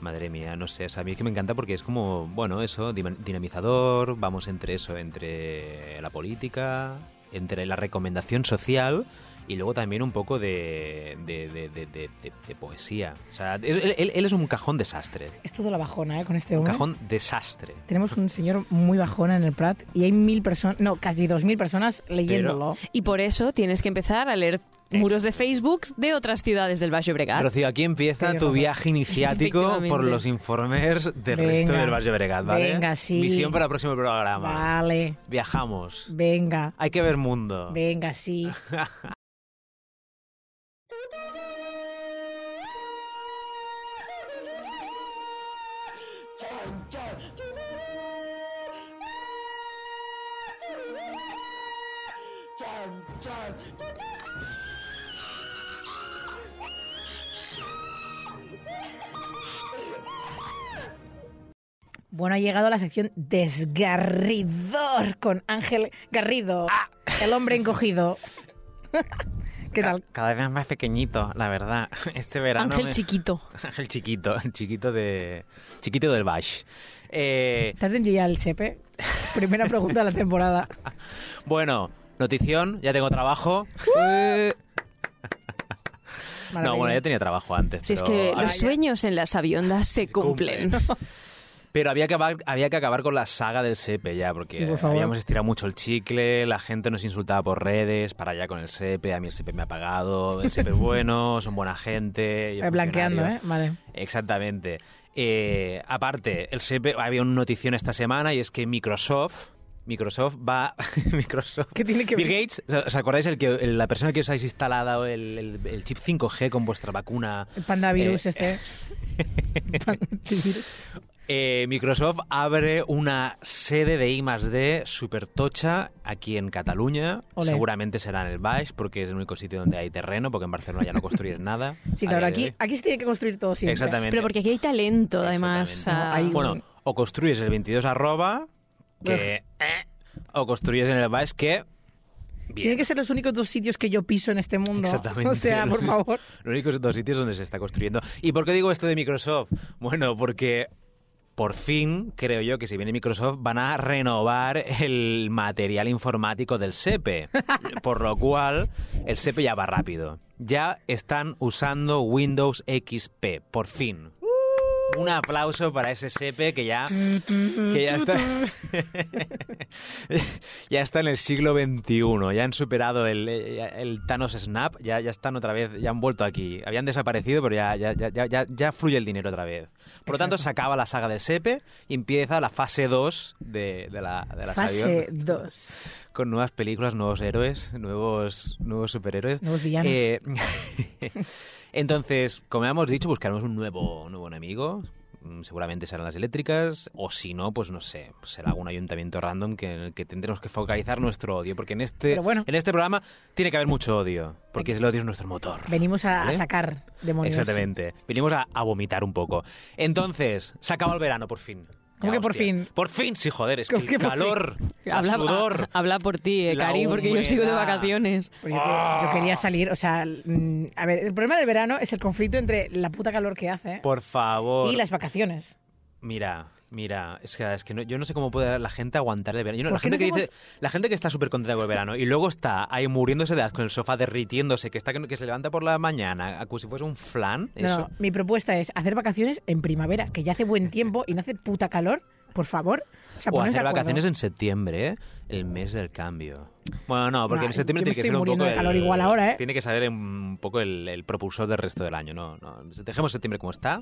S3: Madre mía, no sé, o sea, a mí es que me encanta porque es como, bueno, eso, dima- dinamizador, vamos entre eso, entre la política, entre la recomendación social y luego también un poco de, de, de- de- de- de- de poesía. O sea, es- él, él- él es un cajón desastre,
S1: Es todo la bajona, ¿eh? Con este
S3: un
S1: hombre.
S3: cajón desastre.
S1: Tenemos un señor muy bajona en el Prat y hay mil personas, no, casi dos mil personas leyéndolo.
S2: Y por eso tienes que empezar a leer muros de Facebook de otras ciudades del Valle Bregat.
S3: Rocío, aquí empieza
S1: Tienes
S3: tu
S1: razón.
S3: viaje iniciático por
S2: Efectivamente.
S3: los informes del
S1: Venga.
S3: resto del Valle Bregat, ¿vale?
S1: Venga, sí.
S3: Visión para el próximo programa.
S1: Vale,
S3: Viajamos.
S1: venga,
S3: Hay que ver mundo.
S1: venga, sí. Bueno, ha llegado la sección Desgarridor con Ángel Garrido,
S3: Ah.
S1: el hombre encogido. ¿Qué tal?
S3: Cada vez más pequeñito, la verdad. Este verano.
S2: Ángel
S3: me-
S2: chiquito.
S3: Ángel chiquito, el chiquito de. Chiquito del Bash. Eh,
S1: ¿Te has entendido ya el SEPE? Primera pregunta de la temporada.
S3: bueno, notición, ya tengo trabajo.
S2: Eh,
S1: Maravilla.
S3: No, bueno, ya tenía trabajo antes.
S2: si es
S3: pero
S2: que
S3: había-
S2: los sueños en las aviondas se cumplen.
S3: Pero había que, acabar, había que acabar con la saga del SEPE ya, porque
S1: Sí, por favor.
S3: habíamos estirado mucho el chicle, la gente nos insultaba por redes, para allá con el SEPE, a mí el SEPE me ha pagado, el SEPE es bueno, son buena gente. yo
S1: Eh, Blanqueando, ¿eh?
S3: funcionario.
S1: Vale.
S3: Exactamente. Eh, aparte, el SEPE, había una notición esta semana y es que Microsoft... Microsoft va. Microsoft.
S1: ¿Qué tiene que
S3: Bill
S1: ver?
S3: Gates, ¿os acordáis el que el- la persona que os habéis instalado el, el- el chip 5G con vuestra vacuna?
S1: El pandavirus
S3: Eh,
S1: este. Pandavirus.
S3: Eh, Microsoft abre una sede de I más D supertocha aquí en Cataluña.
S1: Ole.
S3: Seguramente será en el Baix, porque es el único sitio donde hay terreno, porque en Barcelona ya no construyes nada.
S1: Sí,
S3: a
S1: claro,
S3: día de
S1: aquí,
S3: hoy.
S1: aquí se tiene que construir todo siempre.
S3: Exactamente.
S2: Pero porque aquí hay talento, además. o sea,
S1: Exactamente. No,
S3: Bueno, o construyes el 22 arroba, que... eh, o construyes en el Baix, que...
S1: Tienen
S3: Bien.
S1: que ser los únicos dos sitios que yo piso en este mundo.
S3: Exactamente.
S1: O sea, por favor.
S3: Los únicos dos sitios donde se está construyendo. ¿Y por qué digo esto de Microsoft? Bueno, porque por fin, creo yo, que si viene Microsoft van a renovar el material informático del SEPE. Por lo cual, el SEPE ya va rápido. Ya están usando Windows XP, por fin. Un aplauso para ese SEPE que ya, que ya está. ya está en el siglo XXI, ya han superado el, el Thanos Snap, ya, ya están otra vez, ya han vuelto aquí. Habían desaparecido, pero ya, ya, ya, ya- ya, ya fluye el dinero otra vez. Por lo tanto, se acaba la saga del SEPE y empieza la fase 2 de, de la, de la
S1: Fase 2.
S3: con nuevas películas, nuevos héroes, nuevos, nuevos superhéroes.
S1: Nuevos villanos.
S3: Eh, entonces, como hemos dicho, buscaremos un nuevo, un nuevo enemigo. Mm, Seguramente serán las eléctricas, o si no, pues no sé, será algún ayuntamiento random que, en el que tendremos que focalizar nuestro odio, porque en este,
S1: Pero bueno.
S3: en este programa tiene que haber mucho odio, porque el odio es nuestro motor.
S1: Venimos a, a
S3: ¿Vale?
S1: sacar demonios.
S3: Exactamente, venimos a, a vomitar un poco. Entonces, se acabó el verano, por fin.
S1: ¿Cómo
S3: Ya,
S1: que por
S3: hostia.
S1: fin?
S3: Por fin, sí, joder, es que
S1: ¿Cómo que
S3: el
S1: por fin?
S3: calor, el
S2: habla,
S3: sudor,
S2: ha- habla por ti, eh,
S3: la
S2: Cari, porque yo sigo de
S3: humedad.
S2: vacaciones.
S1: Pero yo, que- yo quería salir, o sea, mm, a ver, el problema del verano es el conflicto entre la puta calor que hace
S3: Por favor.
S1: y las vacaciones.
S3: Mira, mira, es que, es que no- yo no sé cómo puede la gente aguantar el verano. Yo no- la,
S1: ¿Por qué
S3: gente
S1: no
S3: que dice,
S1: hacemos-
S3: la gente que está súper contenta con el verano y luego está ahí muriéndose de asco en el sofá, derritiéndose, que, está, que se levanta por la mañana como si fuese un flan,
S1: No,
S3: eso.
S1: no, mi propuesta es hacer vacaciones en primavera, que ya hace buen tiempo y no hace puta calor, por favor. O, sea,
S3: o
S1: ponernos de
S3: hacer
S1: acuerdo.
S3: vacaciones en septiembre, ¿eh? el mes del cambio. Bueno, no, porque
S1: No,
S3: en septiembre
S1: yo me
S3: tiene que
S1: estoy
S3: ser un
S1: muriendo
S3: poco
S1: de calor
S3: el-
S1: igual ahora, ¿eh?
S3: Tiene que saber un poco el, el propulsor del resto del año, no, no. Dejemos septiembre como está,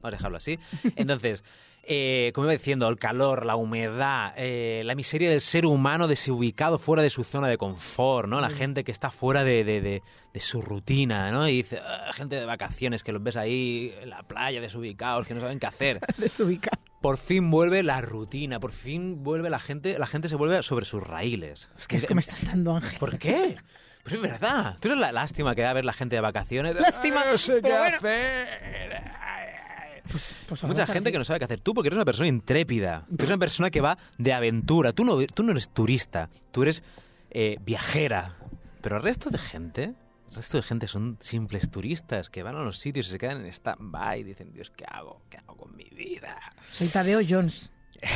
S3: vamos a dejarlo así. Entonces, eh, como iba diciendo, el calor, la humedad, eh, la miseria del ser humano desubicado fuera de su zona de confort,
S1: Mm.
S3: ¿no? La gente que está fuera de, de- de- de su rutina, ¿no? Y dice, "Ah, gente de vacaciones que los ves ahí en la playa desubicados, que no saben qué hacer.
S1: Desubicado.
S3: Por fin vuelve la rutina, por fin vuelve la gente, la gente se vuelve sobre sus raíles.
S1: Es que es este- que me estás dando, Ángel.
S3: ¿Por qué? Pero es verdad. Tú eres la lástima que da ver la gente de vacaciones.
S1: Lástima,
S3: Ay, No sé
S1: pero
S3: qué
S1: bueno.
S3: hacer. Ay, ay.
S1: Pues ahora
S3: Mucha
S1: está
S3: gente
S1: así.
S3: que no sabe qué hacer. Tú porque eres una persona intrépida. Tú eres una persona que va de aventura. Tú no, tú no eres turista. Tú eres eh, viajera. Pero el resto de gente... El resto de gente son simples turistas que van a los sitios y se quedan en stand-by y dicen, Dios, ¿qué hago? ¿Qué hago con mi vida?
S1: Soy Tadeo Jones.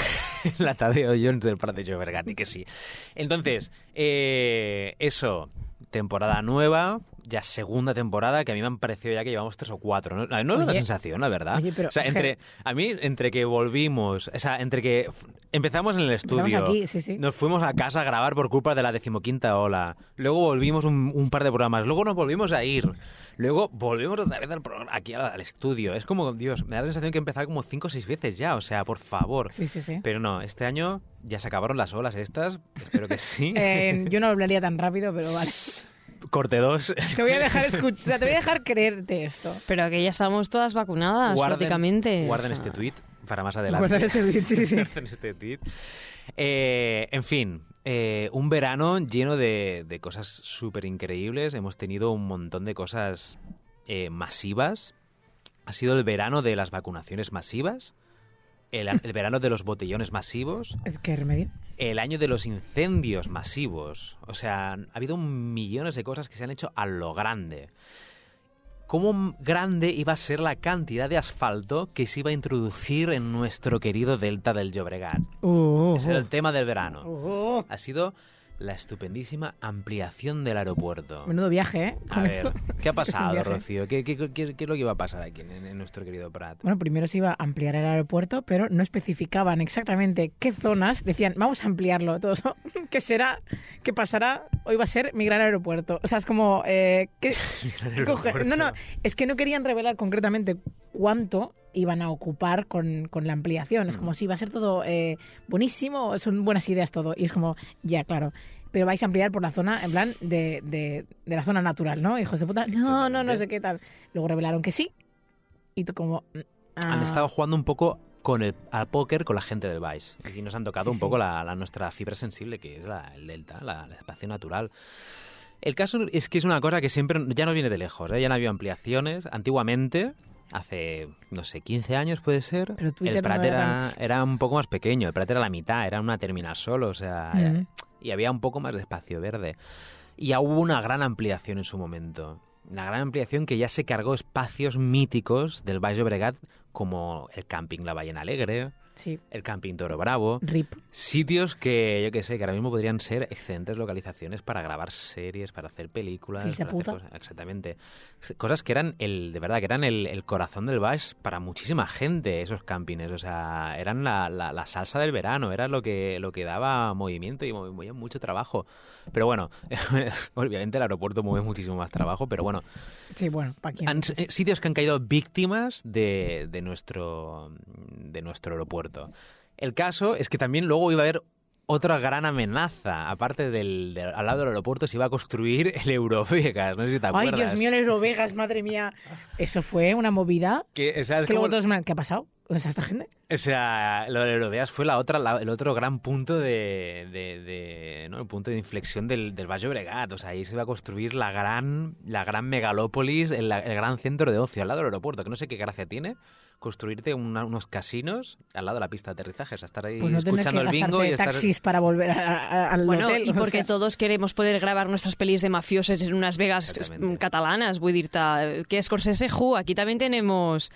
S3: la Tadeo Jones del Prat de Llobregat, y que sí. Entonces, eh, eso, temporada nueva, ya segunda temporada, que a mí me han parecido ya que llevamos tres o cuatro. No, no es la
S1: Oye.
S3: sensación, la verdad.
S1: Oye, pero,
S3: o sea, entre, a mí, entre que volvimos, o sea, entre que f- empezamos en el
S1: Empezamos
S3: estudio,
S1: aquí, sí, sí.
S3: nos fuimos a casa a grabar por culpa de la decimoquinta ola, luego volvimos un, un par de programas, luego nos volvimos a ir, luego volvimos otra vez al programa- aquí al, al estudio. Es como, Dios, me da la sensación que he empezado como cinco o seis veces ya, o sea, por favor.
S1: Sí, sí, sí.
S3: Pero no, este año ya se acabaron las olas estas. Espero que sí.
S1: Eh, yo no hablaría tan rápido, pero vale.
S3: Corte 2.
S1: Te voy a dejar escuchar, te voy a dejar creerte esto.
S2: Pero que ya estamos todas
S1: Ah,
S2: vacunadas prácticamente. o
S3: guarden
S2: sea.
S3: este tweet para más adelante.
S1: Guardar ese tweet, sí, sí.
S3: Guarden este tuit. Eh, en fin, eh, un verano lleno de, de cosas súper increíbles. Hemos tenido un montón de cosas eh, masivas. Ha sido el verano de las vacunaciones masivas. el, el verano de los botellones masivos,
S1: Es que remedio.
S3: el año de los incendios masivos. O sea, ha habido millones de cosas que se han hecho a lo grande. ¿Cómo grande iba a ser la cantidad de asfalto que se iba a introducir en nuestro querido delta del Llobregat?
S1: Uh,
S3: Ese
S1: uh,
S3: era el tema del verano.
S1: uh.
S3: Ha sido la estupendísima ampliación del aeropuerto.
S1: Menudo viaje, ¿eh?
S3: A
S1: Con esto.
S3: ver, ¿qué ha
S1: Es que es un
S3: pasado,
S1: viaje.
S3: Rocío? ¿Qué, qué, qué- qué es lo que iba a pasar aquí en, en nuestro querido Prat?
S1: Bueno, primero se iba a ampliar el aeropuerto, pero no especificaban exactamente qué zonas. Decían, vamos a ampliarlo. Todos, ¿no? ¿qué será? ¿Qué pasará? Hoy va a ser mi gran aeropuerto. O sea, es como, eh, ¿qué, qué coge- No, no, es que no querían revelar concretamente cuánto iban a ocupar con, con la ampliación.
S3: Mm.
S1: Es como si va a ser todo eh, buenísimo, son buenas ideas todo. Y es como, ya, claro. Pero vais a ampliar por la zona, en plan, de, de, de la zona natural, ¿no? Hijos de puta. No, no, no
S3: Exactamente.
S1: sé qué tal. Luego revelaron que sí. Y tú como... mm,
S3: Han
S1: ah.
S3: estado jugando un poco con el, al póker con la gente del Vice. Y nos han tocado
S1: Sí,
S3: un
S1: sí.
S3: poco la, la- nuestra fibra sensible, que es la, el delta, la, el espacio natural. El caso es que es una cosa que siempre ya no viene de lejos. ¿eh? Ya no había ampliaciones. Antiguamente, hace, no sé, 15 años puede ser,
S1: Pero
S3: el
S1: Twitter no
S3: Prat
S1: era
S3: era, era un poco más pequeño. El Prat era la mitad, era una terminal solo. O sea,
S1: Mm.
S3: y había un poco más de espacio verde. Y ya hubo una gran ampliación en su momento. Una gran ampliación que ya se cargó espacios míticos del Valle Obregat, como el Camping La Ballena Alegre,
S1: Sí,
S3: el Camping Toro Bravo.
S1: rip.
S3: Sitios que, yo que sé, que ahora mismo podrían ser excelentes localizaciones para grabar series, para hacer películas.
S1: Fills de
S3: para hacer
S1: puta.
S3: cosas- exactamente. Cosas que eran, el, de verdad, que eran el, el corazón del Valle para muchísima gente, esos campings. O sea, eran la, la- la salsa del verano, era lo que, lo que daba movimiento y movía mucho trabajo. Pero bueno, obviamente el aeropuerto mueve muchísimo más trabajo, pero bueno,
S1: Sí, bueno, para quién.
S3: han- eh, sitios que han caído víctimas de, de nuestro, de nuestro aeropuerto. El caso es que también luego iba a haber otra gran amenaza. Aparte del, del- al lado del aeropuerto se iba a construir el Eurovegas. No sé si te
S1: Ay,
S3: acuerdas.
S1: Dios mío, las ovejas, madre mía. Eso fue una movida.
S3: Que, o sea, es
S1: Que luego
S3: como-
S1: todos me han- ¿Qué ha pasado? ¿Dónde está esta gente?
S3: o sea, lo del Eurovegas fue la otra, la- el otro gran punto de, de- de- ¿no? el punto de inflexión del, del Valle Obregat. O sea, ahí se iba a construir la gran, la gran megalópolis, el, la- el gran centro de ocio al lado del aeropuerto, que no sé qué gracia tiene construirte una- unos casinos al lado de la pista de aterrizaje, o sea, estar ahí
S1: Pues no tener que
S3: escuchando el bingo y
S1: gastarte
S3: estar...
S1: taxis para volver a- a- al
S2: Bueno,
S1: hotel.
S2: i
S1: o
S2: perquè
S1: sea.
S2: todos queremos poder grabar nuestras pelis de mafiosos en unas Vegas
S3: Exactamente.
S2: mm, catalanas, vull dir-te, que Scorsese, ju, aquí también tenemos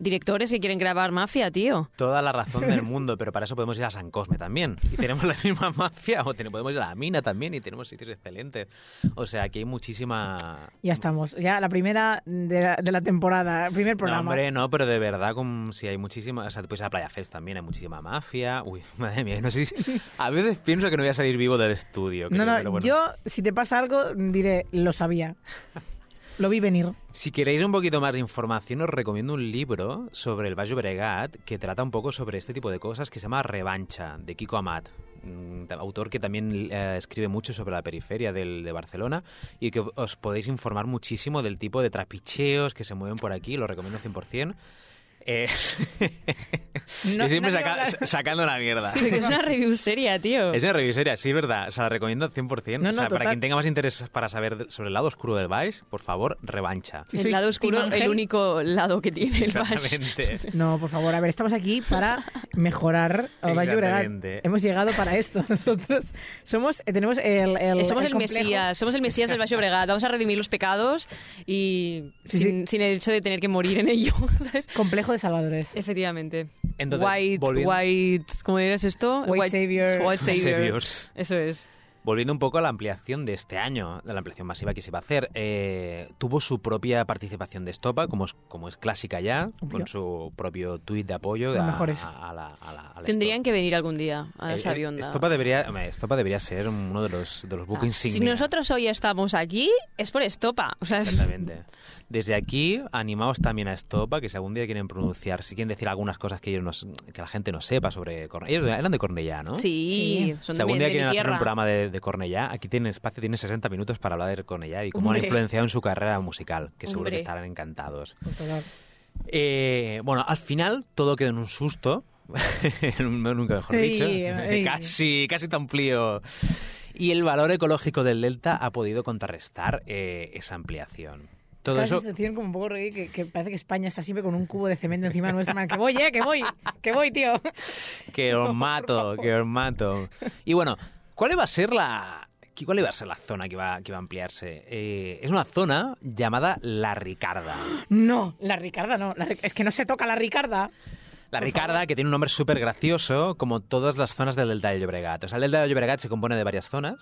S2: directores que quieren grabar mafia, tío.
S3: Toda la razón del mundo, pero para eso podemos ir a San Cosme también. Y tenemos la misma mafia, o tenemos, podemos ir a la mina también, y tenemos sitios excelentes. O sea, aquí hay muchísima...
S1: Ya estamos. Ya la primera de la, de la temporada, el primer programa.
S3: No, hombre, no, pero de verdad, como si hay muchísima. O sea, pues a Playa Fest también hay muchísima mafia. Uy, madre mía, no sé si- A veces pienso que no voy a salir vivo del estudio.
S1: no,
S3: creo,
S1: no,
S3: pero bueno.
S1: yo si te pasa algo diré, lo sabía. Lo vi venir.
S3: Si queréis un poquito más de información, os recomiendo un libro sobre el Valle Bregat que trata un poco sobre este tipo de cosas que se llama Revancha, de Kiko Amat. mm, ta- Autor que también eh, escribe mucho sobre la periferia del- de Barcelona y que os podéis informar muchísimo del tipo de trapicheos que se mueven por aquí, lo recomiendo 100%. Eh,
S1: No- no
S3: y siempre
S1: quiero
S3: saca-
S1: hablar-
S3: sa- sacando la mierda.
S2: Sí, que es una review seria, tío.
S3: Es una review seria, sí, es verdad. Se la recomiendo 100%.
S1: No,
S3: o
S1: no,
S3: sea, para
S1: total.
S3: quien tenga más interés para saber de- sobre el lado oscuro del Vice, por favor, revancha.
S1: ¿Y
S2: El
S1: sois
S2: lado
S1: Team
S2: oscuro, el
S1: Ángel?
S2: único lado que tiene el Baix.
S3: Exactamente.
S1: No, por favor, a ver, estamos aquí para mejorar el Valle Obregat.
S3: Exactamente.
S1: Hemos llegado para esto. Nosotros somos, eh, tenemos el, el-
S2: somos el,
S1: complejo.
S2: Mesías, somos el Mesías del Valle Obregat. Vamos a redimir los pecados y
S1: Sí,
S2: sin, sin el hecho de tener que morir en ello, ¿sabes?
S1: Complejo de salvadores.
S2: Efectivamente.
S3: Entonces,
S2: white,
S3: volviendo-
S2: white, ¿cómo eres esto?
S1: White savior.
S2: White savior.
S3: Saviors.
S2: Eso es.
S3: Volviendo un poco a la ampliación de este año, de la ampliación masiva que se iba a hacer, eh, tuvo su propia participación de Estopa, como es, como es clásica ya,
S1: Obvio.
S3: con su propio tuit de apoyo
S1: Los
S3: a,
S1: mejores.
S3: a- a la, a la- a la
S2: Tendrían
S3: Estopa.
S2: que venir algún día a
S3: Eh,
S2: la
S3: eh,
S2: sabionda.
S3: Estopa debería, hombre, Estopa debería ser uno de los, de los
S2: Ah,
S3: book
S2: Si
S3: insignia.
S2: nosotros hoy estamos aquí, es por estopa. O sea, es-
S3: Exactamente. Desde aquí, animaos también a Estopa, que si algún día quieren pronunciar, si quieren decir algunas cosas que, ellos no s- que la gente no sepa sobre Cornellá. Ellos eran de Cornellá, ¿no?
S2: sí, son
S3: Si
S2: de, mi-
S3: algún día
S2: de mi
S3: quieren hacer
S2: tierra.
S3: un programa de, de Cornellá, aquí tienen espacio, tienen 60 minutos para hablar de Cornellá y cómo han
S2: Hombre.
S3: influenciado en su carrera musical, que seguro
S2: Hombre.
S3: que estarán encantados.
S1: Por favor.
S3: Eh, bueno, al final todo quedó en un susto, en un- nunca mejor
S1: Ey,
S3: dicho,
S1: ey.
S3: casi, casi tan plío. Y el valor ecológico del delta ha podido contrarrestar eh, esa ampliación. Todo
S1: Cada
S3: eso
S1: sensación como un poco reggae que, que parece que España está siempre con un cubo de cemento encima nuestra. en plan, Que voy, eh, que voy, que voy, tío.
S3: que os mato, que os mato. Y bueno, ¿cuál iba a ser la qué- cuál iba a ser la zona que va que va a ampliarse? Eh, es una zona llamada La Ricarda.
S1: No, la Ricarda no. la Ric- es que no se toca la Ricarda.
S3: La
S1: Por
S3: Ricarda,
S1: favor.
S3: que tiene un nombre súper gracioso, como todas las zonas del Delta del Llobregat. O sea, el Delta del Llobregat se compone de varias zonas.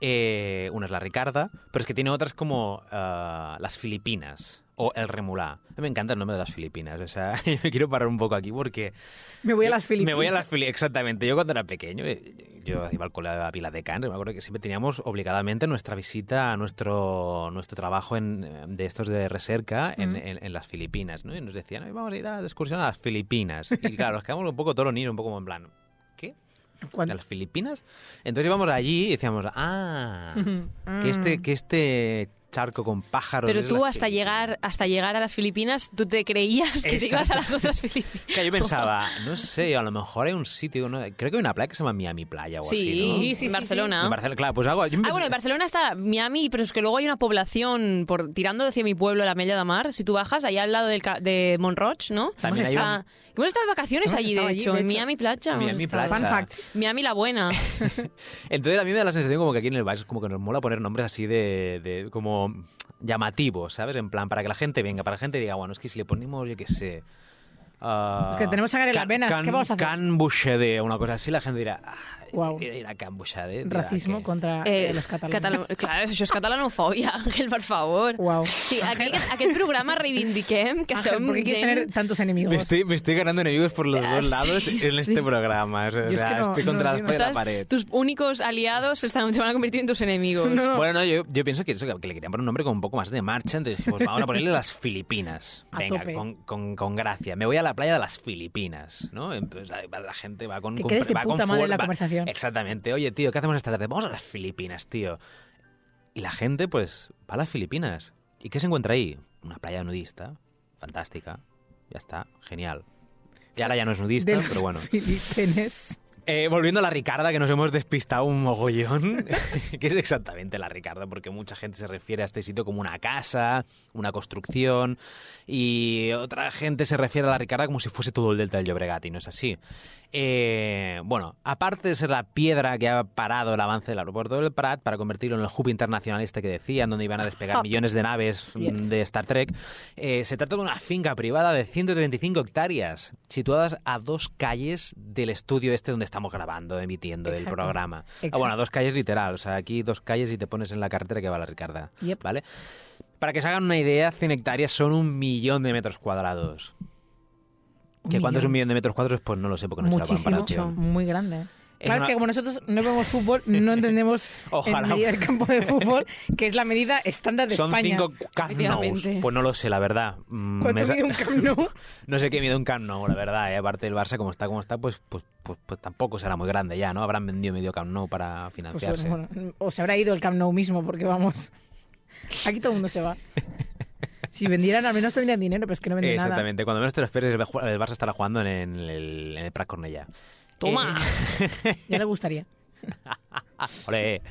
S3: Eh, una es la Ricarda, pero es que tiene otras como ah, las Filipinas o el Remulá. A mí me encanta el nombre de las Filipinas. O sea, yo me quiero parar un poco aquí porque...
S1: Me voy a
S3: yo-
S1: las Filipinas.
S3: Me voy a las Filipinas, exactamente. Yo cuando era pequeño, eh, yo iba al colegio de la Piladecán, me acuerdo que siempre teníamos obligadamente nuestra visita a nuestro, nuestro trabajo en, eh, de estos de recerca en, en- en las Filipinas, ¿no? Y nos decían, "Ay, vamos a ir a de excursión a las Filipinas. Y claro, nos quedamos un poco toroninos, un poco como en plan, ¿qué?
S1: Cuando-
S3: ¿De las Filipinas? Entonces íbamos allí y decíamos, ah, que este, que este charco con pájaros...
S2: Pero
S3: es
S2: tú
S3: las
S2: hasta
S3: Filipinas".
S2: llegar, hasta llegar a las Filipinas, tú te creías que te ibas a las otras Filipinas.
S3: Que yo pensaba, no sé, a lo mejor hay un sitio, ¿no? creo que hay una playa que se llama Miami Playa o así, ¿no?
S2: Sí,
S1: sí,
S2: en
S1: sí.
S2: Barcelona.
S3: En Barcelona, claro, pues algo. yo me-
S2: Ah, bueno, en Barcelona está Miami, pero es que luego hay una población, por, tirando hacia mi pueblo, la Mella de Mar, si tú bajas, allá al lado del ca- de Montroch, ¿no?
S3: También
S2: Hemos
S3: hay
S2: estado-
S3: un-
S2: que Hemos estado de vacaciones
S1: Hemos
S2: allí, de
S1: estado allí,
S2: hecho,
S1: de
S2: en
S1: hecho.
S2: Miami Playa. hemos
S3: Miami
S2: estado.
S3: Playa.
S1: Fun fact.
S2: Miami la Buena.
S3: Entonces a mí me da la sensación como que aquí en el Vice como que nos mola poner nombres así de, de- como llamativos, ¿sabes? En plan, para que la gente venga, para que la gente diga, bueno, es que si le ponemos, yo qué sé... ah,
S1: Es que tenemos sangre en las
S3: Can-
S1: venas,
S3: Can-
S1: ¿qué vamos a hacer?
S3: Can Bushede, una cosa así, la gente dirá, ah,
S1: Guau.
S3: era Can Bushede, dirá
S1: Racismo
S3: que-
S1: contra eh,
S2: Eh,
S1: los catalanes.
S2: catalán- claro, això és catalanofòbia, Ángel, per favor.
S1: Wow.
S2: Sí, aquest, aquest programa reivindiquem que som
S1: ¿Por qué quieres
S2: gent...
S1: tener tantos enemigos?
S3: Me estoy, me estoy ganando enemigos por los dos lados
S2: sí,
S3: en
S2: sí.
S3: este programa. O sea,
S1: es que no-
S3: estoy
S1: no
S3: contra la
S1: entiendo.
S3: espada y la
S2: Estás-
S3: pared.
S2: Tus únicos aliados se, están, se van a convertir en tus enemigos.
S3: Bueno, no, yo, yo pienso que, eso, que le querían poner un nombre con un poco más de marcha, entonces dijimos, vamos a ponerle las Filipinas.
S1: A
S3: Venga,
S1: tope.
S3: con, con- con gracia. Me voy a la playa de las Filipinas, ¿no? Entonces la, la gente va con...
S1: Que
S3: con-
S1: quedes de
S3: va con
S1: puta madre en la
S3: fuer- va-
S1: conversación.
S3: Exactamente. Oye, tío, ¿qué hacemos esta tarde? Vamos a las Filipinas, tío. Y la gente, pues, va a las Filipinas. ¿Y qué se encuentra ahí? Una playa nudista, fantástica. Ya está, genial. Y ahora ya no es nudista,
S1: de los
S3: pero bueno.
S1: Filipinas.
S3: Eh, volviendo a la Ricarda, que nos hemos despistado un mogollón. ¿Qué es exactamente la Ricarda? Porque mucha gente se refiere a este sitio como una casa, una construcción, y otra gente se refiere a la Ricarda como si fuese todo el delta del Llobregat, y no es así. Eh, bueno, aparte de ser la piedra que ha parado el avance del aeropuerto del Prat para convertirlo en el hub internacionalista que decían, donde iban a despegar millones de naves mm,
S1: Yes.
S3: de Star Trek, eh, se trata de una finca privada de 135 hectáreas, situadas a dos calles del estudio este donde estamos grabando, emitiendo el
S1: Exacto.
S3: programa. Ah,
S1: Exacto.
S3: bueno, a dos calles literal, o sea, aquí dos calles y te pones en la carretera que va la Ricarda,
S1: Yep.
S3: ¿vale? Para que se hagan una idea, 100 hectáreas son un millón de metros cuadrados.
S1: Un
S3: ¿Que cuánto es un
S1: millón.
S3: millón de metros cuadrados? Pues no lo sé porque no he hecho la
S1: Muchísimo.
S3: comparación.
S1: Muy grande.
S3: Es
S1: claro,
S3: una-
S1: es que como nosotros no vemos fútbol, no entendemos
S3: Ojalá.
S1: el medida del campo de fútbol, que es la medida estándar de
S3: Son
S1: España.
S3: cinco Camp Nous.
S2: Efectivamente.
S3: Pues no lo sé, la verdad. Mm,
S1: ¿Cuánto
S3: me sa-
S1: mide un Camp Nou?
S3: no sé qué mide un Camp Nou, la verdad. eh. Aparte del Barça, como está, como está, pues, pues, pues, pues tampoco será muy grande ya, ¿no? Habrán vendido medio Camp Nou para
S1: Pues
S3: financiarse.
S1: bueno, bueno, o se habrá ido el Camp Nou mismo, porque vamos. Aquí todo el mundo se va. Si vendieran, al menos tendrían dinero, pero es que no venden nada.
S3: Exactamente. Cuando menos te lo esperes, el Ba- el Barça estará jugando en el, en el Prat Cornellà.
S2: Toma.
S1: Eh, Ya le gustaría.
S3: Ole.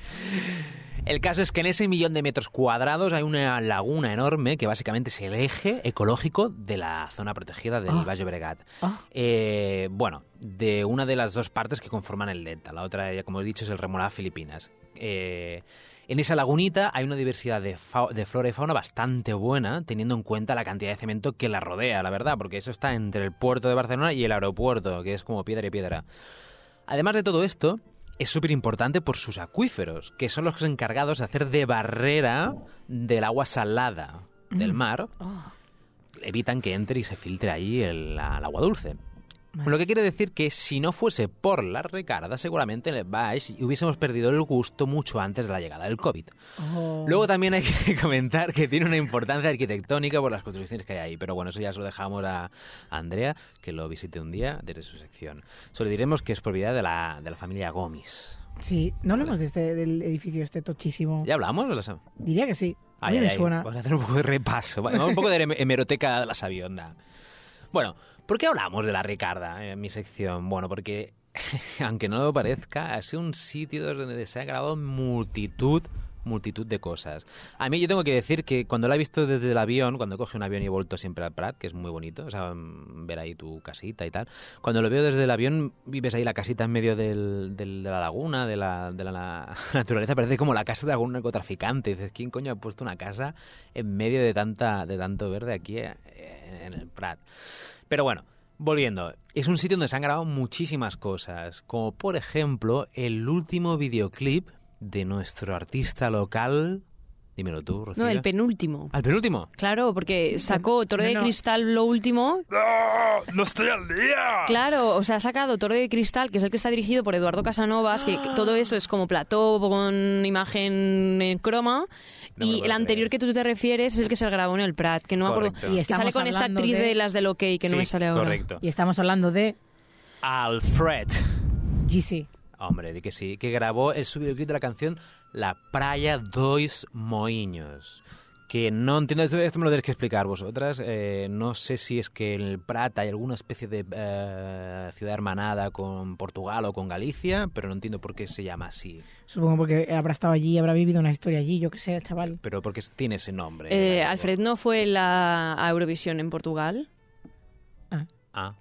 S3: El caso es que en ese millón de metros cuadrados hay una laguna enorme que básicamente es el eje ecológico de la zona protegida del
S1: Ah.
S3: Valle Bregat.
S1: Ah.
S3: Eh, bueno, de una de las dos partes que conforman el delta. La otra, ya como he dicho, es el remolá Filipinas. Eh, en esa lagunita hay una diversidad de, fau- de flora y fauna bastante buena, teniendo en cuenta la cantidad de cemento que la rodea, la verdad, porque eso está entre el puerto de Barcelona y el aeropuerto, que es como piedra y piedra. Además de todo esto, es súper importante por sus acuíferos, que son los encargados de hacer de barrera del agua salada del mar.
S1: ah,
S3: Evitan que entre y se filtre ahí el, la- el agua dulce.
S1: Vale.
S3: Lo que quiere decir que si no fuese por la recarda, seguramente en el Baix hubiésemos perdido el gusto mucho antes de la llegada del COVID.
S1: Oh.
S3: Luego también hay que comentar que tiene una importancia arquitectónica por las construcciones que hay ahí, pero bueno, eso ya se lo dejamos a a Andrea, que lo visite un día desde su sección. Solo diremos que es propiedad de la, de la familia Gomis.
S1: Sí, no hablamos de este, del edificio este tochísimo.
S3: ¿Ya hablamos? Las-
S1: Diría que sí. A mí
S3: Ay,
S1: me
S3: ay, ay.
S1: suena.
S3: Vamos a hacer un poco de repaso, va- vamos un poco de hem- hemeroteca de la sabionda. Bueno, ¿por qué hablamos de la Ricarda en mi sección? Bueno, porque, aunque no lo parezca, ha sido un sitio donde se ha grabado multitud, multitud de cosas. A mí yo tengo que decir que cuando la he visto desde el avión, cuando coge un avión y he vuelto siempre al Prat, que es muy bonito, o sea, mm, ver ahí tu casita y tal, cuando lo veo desde el avión, vives ahí la casita en medio del- del- de la laguna, de la, de la na- naturaleza, parece como la casa de algún narcotraficante. Dices, ¿quién coño ha puesto una casa en medio de, tanta, de tanto verde aquí eh, en el Prat? Pero bueno, volviendo. Es un sitio donde se han grabado muchísimas cosas, como por ejemplo el último videoclip de nuestro artista local. Dímelo tú, Rocío.
S2: No, el penúltimo.
S3: ¿Al penúltimo?
S2: Claro, porque sacó Torre de
S1: no.
S2: Cristal lo último.
S6: ¡No! ¡No estoy al día!
S2: Claro, o sea, ha sacado Torre de Cristal, que es el que está dirigido por Eduardo Casanovas, que que todo eso es como plató con imagen en croma.
S3: No me lo
S2: y
S3: puedo
S2: el
S1: eh.
S2: anterior
S3: creer.
S2: que tú te refieres es el que se grabó en el Prat, que no me acuerdo.
S3: Correcto. Y
S2: Que sale
S1: estamos
S2: con esta
S1: hablando
S2: actriz de...
S1: de-
S2: las del OK, que no
S3: Sí,
S2: me sale ahora.
S3: Correcto.
S1: Y estamos hablando de
S3: Alfred.
S1: GC.
S3: Hombre, di que sí, que grabó el su videoclip de la canción La Praia Dois Moinhos. Que no entiendo, esto, esto me lo tenéis que explicar vosotras. eh, no sé si es que en el Prat hay alguna especie de eh, ciudad hermanada con Portugal o con Galicia, pero no entiendo por qué se llama así.
S1: Supongo porque habrá estado allí, habrá vivido una historia allí, yo qué sé, chaval.
S3: Pero porque tiene ese nombre.
S2: Eh,
S3: Algo.
S2: Alfred no fue la, a Eurovisión en Portugal.
S3: Ah.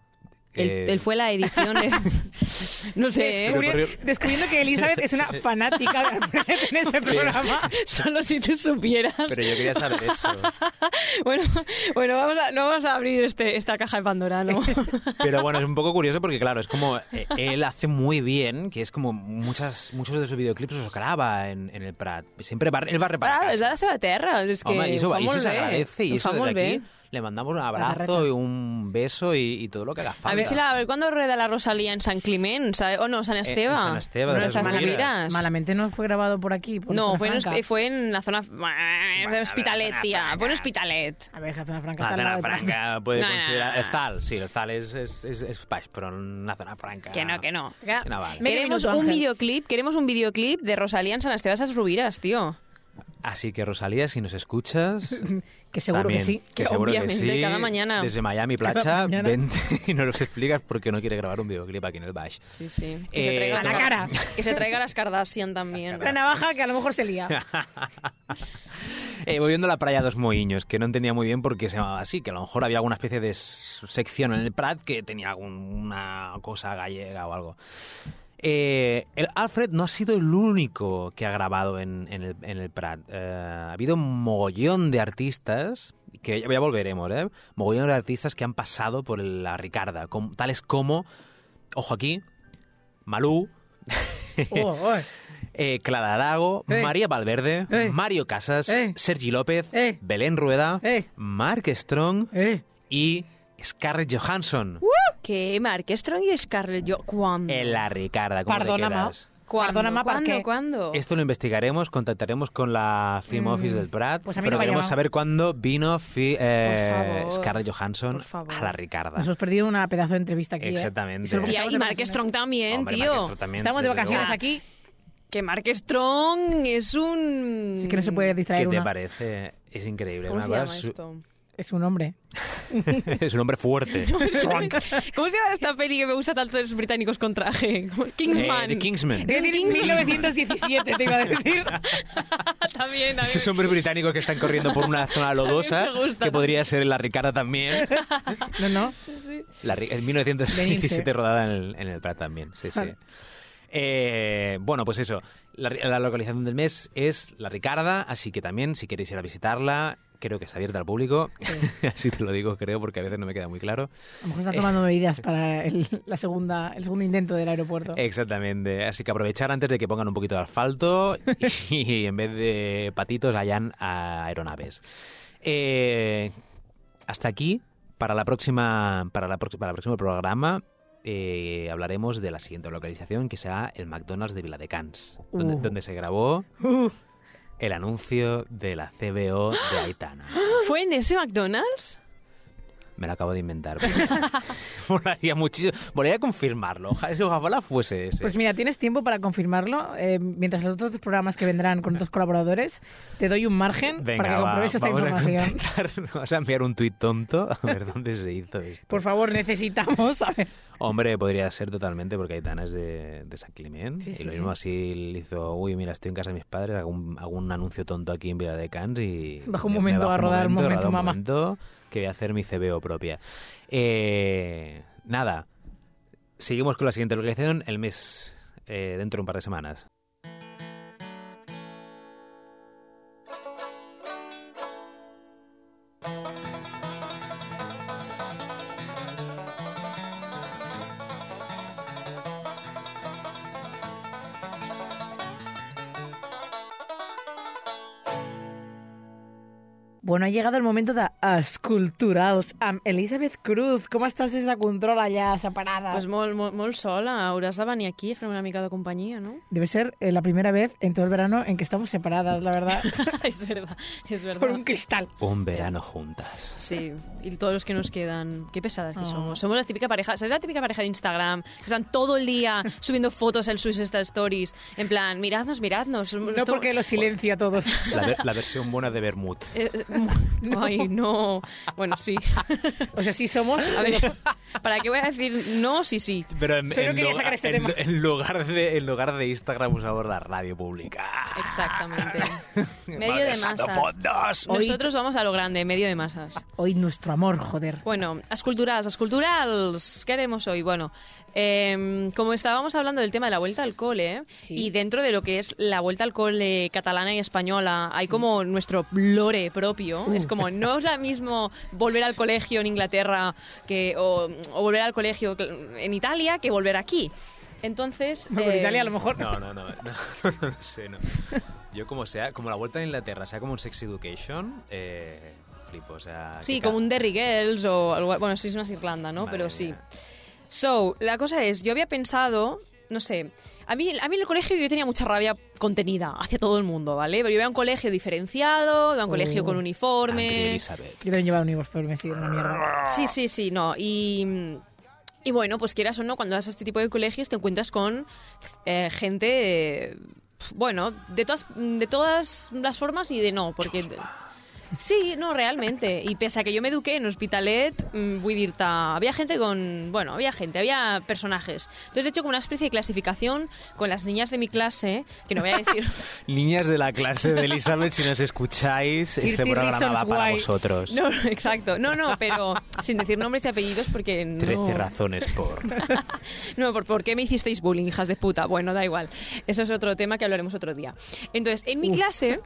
S2: Él,
S3: eh,
S2: él fue la edición de. no sé, ¿eh?
S3: Descubrí- Pero-
S1: descubriendo que Elizabeth es una fanática de Alfred en ese programa.
S2: Solo si tú supieras.
S3: Pero yo quería saber eso.
S2: Bueno, bueno vamos a, no vamos a abrir este, esta caja de Pandora, ¿no?
S3: Pero bueno, es un poco curioso porque, claro, es como eh, él hace muy bien, que es como muchas, muchos de sus videoclips los graba en, en el Prat. Siempre va, él va reparando.
S2: Claro, és de la seva terra. És que E,
S3: Home, y eso,
S2: ho fa
S3: y eso
S2: molt
S3: se
S2: bé.
S3: agradece y
S2: Ho
S3: eso
S2: fa
S3: desde
S2: molt bé.
S3: aquí le mandamos un
S1: garracha.
S3: abrazo y un beso y, y todo lo que haga falta.
S2: A ver si la, a ver cuándo rueda la Rosalía en San Climent, ¿sabe? o no, San Esteve.
S3: Eh, en San Esteve, de
S2: No,
S3: esas
S2: San
S3: movidas.
S2: Mira's.
S1: Malamente no fue grabado por aquí. por
S2: No,
S1: Zona
S2: fue en,
S1: Franca.
S2: eh, fue en la zona de Hospitalet, tía. Fue en Hospitalet.
S1: A ver, que zona franca
S3: La
S1: está al
S3: Ah, zona
S1: lado de Prat.
S3: franca puede
S2: No, no,
S3: considerar...
S2: no, no.
S3: El Zal, sí, el Zal es, es, es, es Paix, pero una zona franca...
S2: Que no, que no.
S3: Que no vale.
S1: Medio
S2: Queremos
S1: minuto,
S2: un
S1: Ángel.
S2: videoclip, queremos un videoclip de Rosalía en San Esteve de esas Rubiras, tío.
S3: Así que, Rosalía, si nos escuchas...
S1: Que seguro
S3: también,
S1: que sí.
S2: Que
S3: seguro que
S2: obviamente,
S3: sí.
S2: cada mañana.
S3: Desde Miami Placha,
S1: Cada mañana.
S3: vente y nos los explicas por qué no quiere grabar un videoclip aquí en el Baix.
S2: Sí, sí.
S3: Eh,
S2: traiga
S3: a
S2: las
S1: la
S2: Kar-
S1: cara.
S2: Que se traiga las Kardashian también.
S1: La navaja que a lo mejor se lía.
S3: Eh, volviendo a la playa Dos Moinhos, que no entendía muy bien por qué se llamaba así, que a lo mejor había alguna especie de s- sección en el Prat que tenía alguna cosa gallega o algo. Eh, el Alfred no ha sido el único que ha grabado en, en el, en el Prat. Eh, ha habido un mogollón de artistas, que ya ya volveremos, ¿eh? Mogollón de artistas que han pasado por la Ricarda, com- tales como, ojo aquí, Malú,
S1: Oh, oh.
S3: eh, Clara Arago,
S1: Eh.
S3: María Valverde,
S1: Eh.
S3: Mario Casas,
S1: Eh.
S3: Sergi López,
S1: Eh.
S3: Belén Rueda,
S1: Eh.
S3: Mark Strong
S1: Eh.
S3: y Scarlett Johansson.
S1: Uh.
S2: Que Mark Strong y Scarlett yo ¿Cuándo?
S3: En la Ricarda, ¿cómo te
S1: Perdona, ma.
S3: quedas?
S2: ¿Cuándo?
S1: Perdona, ma, ¿per
S2: ¿Cuándo?
S1: què?
S2: ¿Cuándo?
S3: Esto lo investigaremos, contactaremos con la Film Office del Prat,
S1: pues a mí
S3: pero
S1: no me ha
S3: queremos
S1: llamado.
S3: saber cuándo vino fi- eh,
S2: favor.
S3: Scarlett Johansson
S2: Por favor.
S3: a la Ricarda.
S1: Nos hemos perdido una pedazo de entrevista aquí. ¿eh?
S3: Exactamente.
S1: Y solo porque
S2: Tía,
S1: estamos
S2: y
S1: de
S2: Mark
S1: vacaciones.
S2: Strong Ah. también,
S3: Hombre,
S2: tío.
S3: Mark Strong también,
S1: Estamos de
S3: desde luego.
S1: vacaciones aquí.
S2: Que Mark Strong es un...
S1: Así que no se puede distraer
S3: ¿Qué te
S1: una.
S3: parece? Es increíble.
S2: ¿Cómo
S3: una
S2: se
S3: cosa
S2: llama
S3: su-
S2: esto?
S1: Es un hombre.
S3: es un hombre fuerte. Eh,
S2: ¿Cómo se llama esta peli que me gusta tanto de los británicos con traje? Como Kingsman.
S3: Eh, The Kingsman.
S2: Es un Kingsman.
S1: 1917 te iba a decir.
S2: también, también.
S3: Esos hombres británicos que están corriendo por una zona lodosa,
S2: A mí me gusta.
S3: que podría ser la Ricarda también.
S1: No, no.
S3: La, Ri- en 1917
S1: Venirse.
S3: rodada en el, en el Prat también, sí,
S2: Ah.
S3: sí.
S1: Vale.
S3: Eh, bueno, pues eso. La, ri- la localización del mes es la Ricarda, así que también, si queréis ir a visitarla, creo que está abierta al público. así te lo digo, creo, porque a veces no me queda muy claro.
S1: A lo mejor está tomando
S3: Eh.
S1: medidas para el, la segunda, el segundo intento del aeropuerto.
S3: Eh. Exactamente. Así que aprovechar antes de que pongan un poquito de asfalto y en vez de patitos hayan a aeronaves. Eh, hasta aquí. Para la próxima, para la prox- para el próximo programa eh, hablaremos de la siguiente localización que será el McDonald's de Viladecans, donde,
S1: Uh.
S3: donde se grabó
S1: Uh,
S3: el anuncio de la CBO de Aitana.
S2: ¿Fue en ese McDonald's?
S3: Me lo acabo de inventar. pero Molaría muchísimo. Molaría confirmarlo. Ojalá, ojalá fuese ese.
S1: pues mira, tienes tiempo para confirmarlo. eh, mientras los otros programas que vendrán con otros colaboradores, te doy un margen
S3: Venga,
S1: para que
S3: va,
S1: compruebes esta
S3: vamos A
S1: información.
S3: contactar- vamos a enviar un tuit tonto a ver dónde se hizo esto.
S1: Por favor, necesitamos saber.
S3: Hombre, podría ser totalmente, porque Aitana es de, de San Climent.
S1: Sí, sí,
S3: y lo
S1: sí.
S3: mismo así le hizo, uy, mira, estoy en casa de mis padres, hago un, hago un anuncio tonto aquí en Vila de Cans y...
S1: Bajo un
S3: me- me
S1: momento
S3: bajo
S1: a rodar, un
S3: momento,
S1: momento,
S3: rodo
S1: mamá.
S3: momento, que voy a hacer mi CBO propia. Eh, nada, seguimos con la siguiente localización el mes, eh, dentro de un par de semanas.
S1: Bueno, ha llegado el momento de Esculturals amb Elizabeth Cruz. Com estàs des de control allà, separada?
S2: Pues molt, molt, molt sola, hauràs de venir aquí a fer una mica de companyia, no?
S1: Debe ser eh, la primera vez en todo el verano en que estamos separadas, la verdad,
S2: es verdad, es verdad.
S1: por un cristal.
S3: Un verano juntas.
S2: Sí, y todos los que nos quedan. Qué pesadas que
S1: Oh.
S2: somos. Somos la típica pareja, ¿sabes la típica pareja de Instagram? Que están todo el día subiendo fotos en sus Insta stories. En plan, miradnos, miradnos. somos-
S1: No
S2: Pues esto-
S1: porque lo silencio a todos.
S3: La, ver- la versión buena de Bermud.
S2: Eh, eh, Ay, no. Bueno, sí.
S1: O sea, sí somos...
S2: A ver, ¿para qué voy a decir no si sí?
S3: Pero en,
S1: Solo
S3: en
S1: quería
S3: lugar-
S1: sacar este
S3: en-
S1: tema.
S3: en lugar de, en lugar de Instagram usamos la radio pública.
S2: Exactamente. Medio de
S3: Malversando
S2: masas.
S3: fondos.
S1: Hoy-
S2: Nosotros vamos a lo grande, medio de masas.
S1: Hoy nuestro amor, joder.
S2: Bueno, esculturals, esculturals, ¿qué haremos hoy? Bueno, eh, como estábamos hablando del tema de la vuelta al cole, y dentro de lo que es la vuelta al cole catalana y española, hay como nuestro lore propio.
S1: Uh.
S2: Es como, no es la mismo volver al colegio en Inglaterra que, o, o volver al colegio en Italia que volver aquí. Entonces...
S1: Bueno,
S2: eh,
S1: Italia a lo mejor...
S3: No, no, no, no, no, no lo sé, no. Yo como sea, como la vuelta a Inglaterra, sea como un Sex Education, eh, flipo, o sea...
S2: Sí,
S3: que
S2: como
S3: ca-
S2: un Derry Girls o algo... Bueno, sí, es una Irlanda, ¿no?
S3: Madre
S2: Pero sí.
S3: mía.
S2: So, la cosa es, yo había pensado, no sé, a mí, a mí en el colegio yo tenía mucha rabia contenida hacia todo el mundo, ¿vale? Pero yo iba a un colegio diferenciado, iba a un colegio
S3: Uh,
S2: con
S3: Angry
S2: uniforme.
S3: Elizabeth.
S1: Yo también llevaba un uniforme, sí, una mierda.
S2: Sí, sí, sí, no. Y, y bueno, pues quieras o no, cuando vas a este tipo de colegios te encuentras con eh, gente, eh, bueno, de todas, de todas las formas y de no, porque... Sí, no, realmente. Y pese a que yo me eduqué en Hospitalet, mm, vull dir-te, había gente con... Bueno, había gente, había personajes. Entonces he hecho como una especie de clasificación con las niñas de mi clase, que no voy a decir...
S3: Niñas de la clase de Elizabeth, si nos escucháis, este
S1: Guilty
S3: programa va
S1: reasons
S3: para
S1: why.
S3: vosotros.
S2: No, no, exacto. No, no, pero sin decir nombres y apellidos porque no...
S3: Trece razones por...
S2: No, ¿por, ¿por qué me hicisteis bullying, hijas de puta? Bueno, da igual. Eso es otro tema que hablaremos otro día. Entonces, en mi clase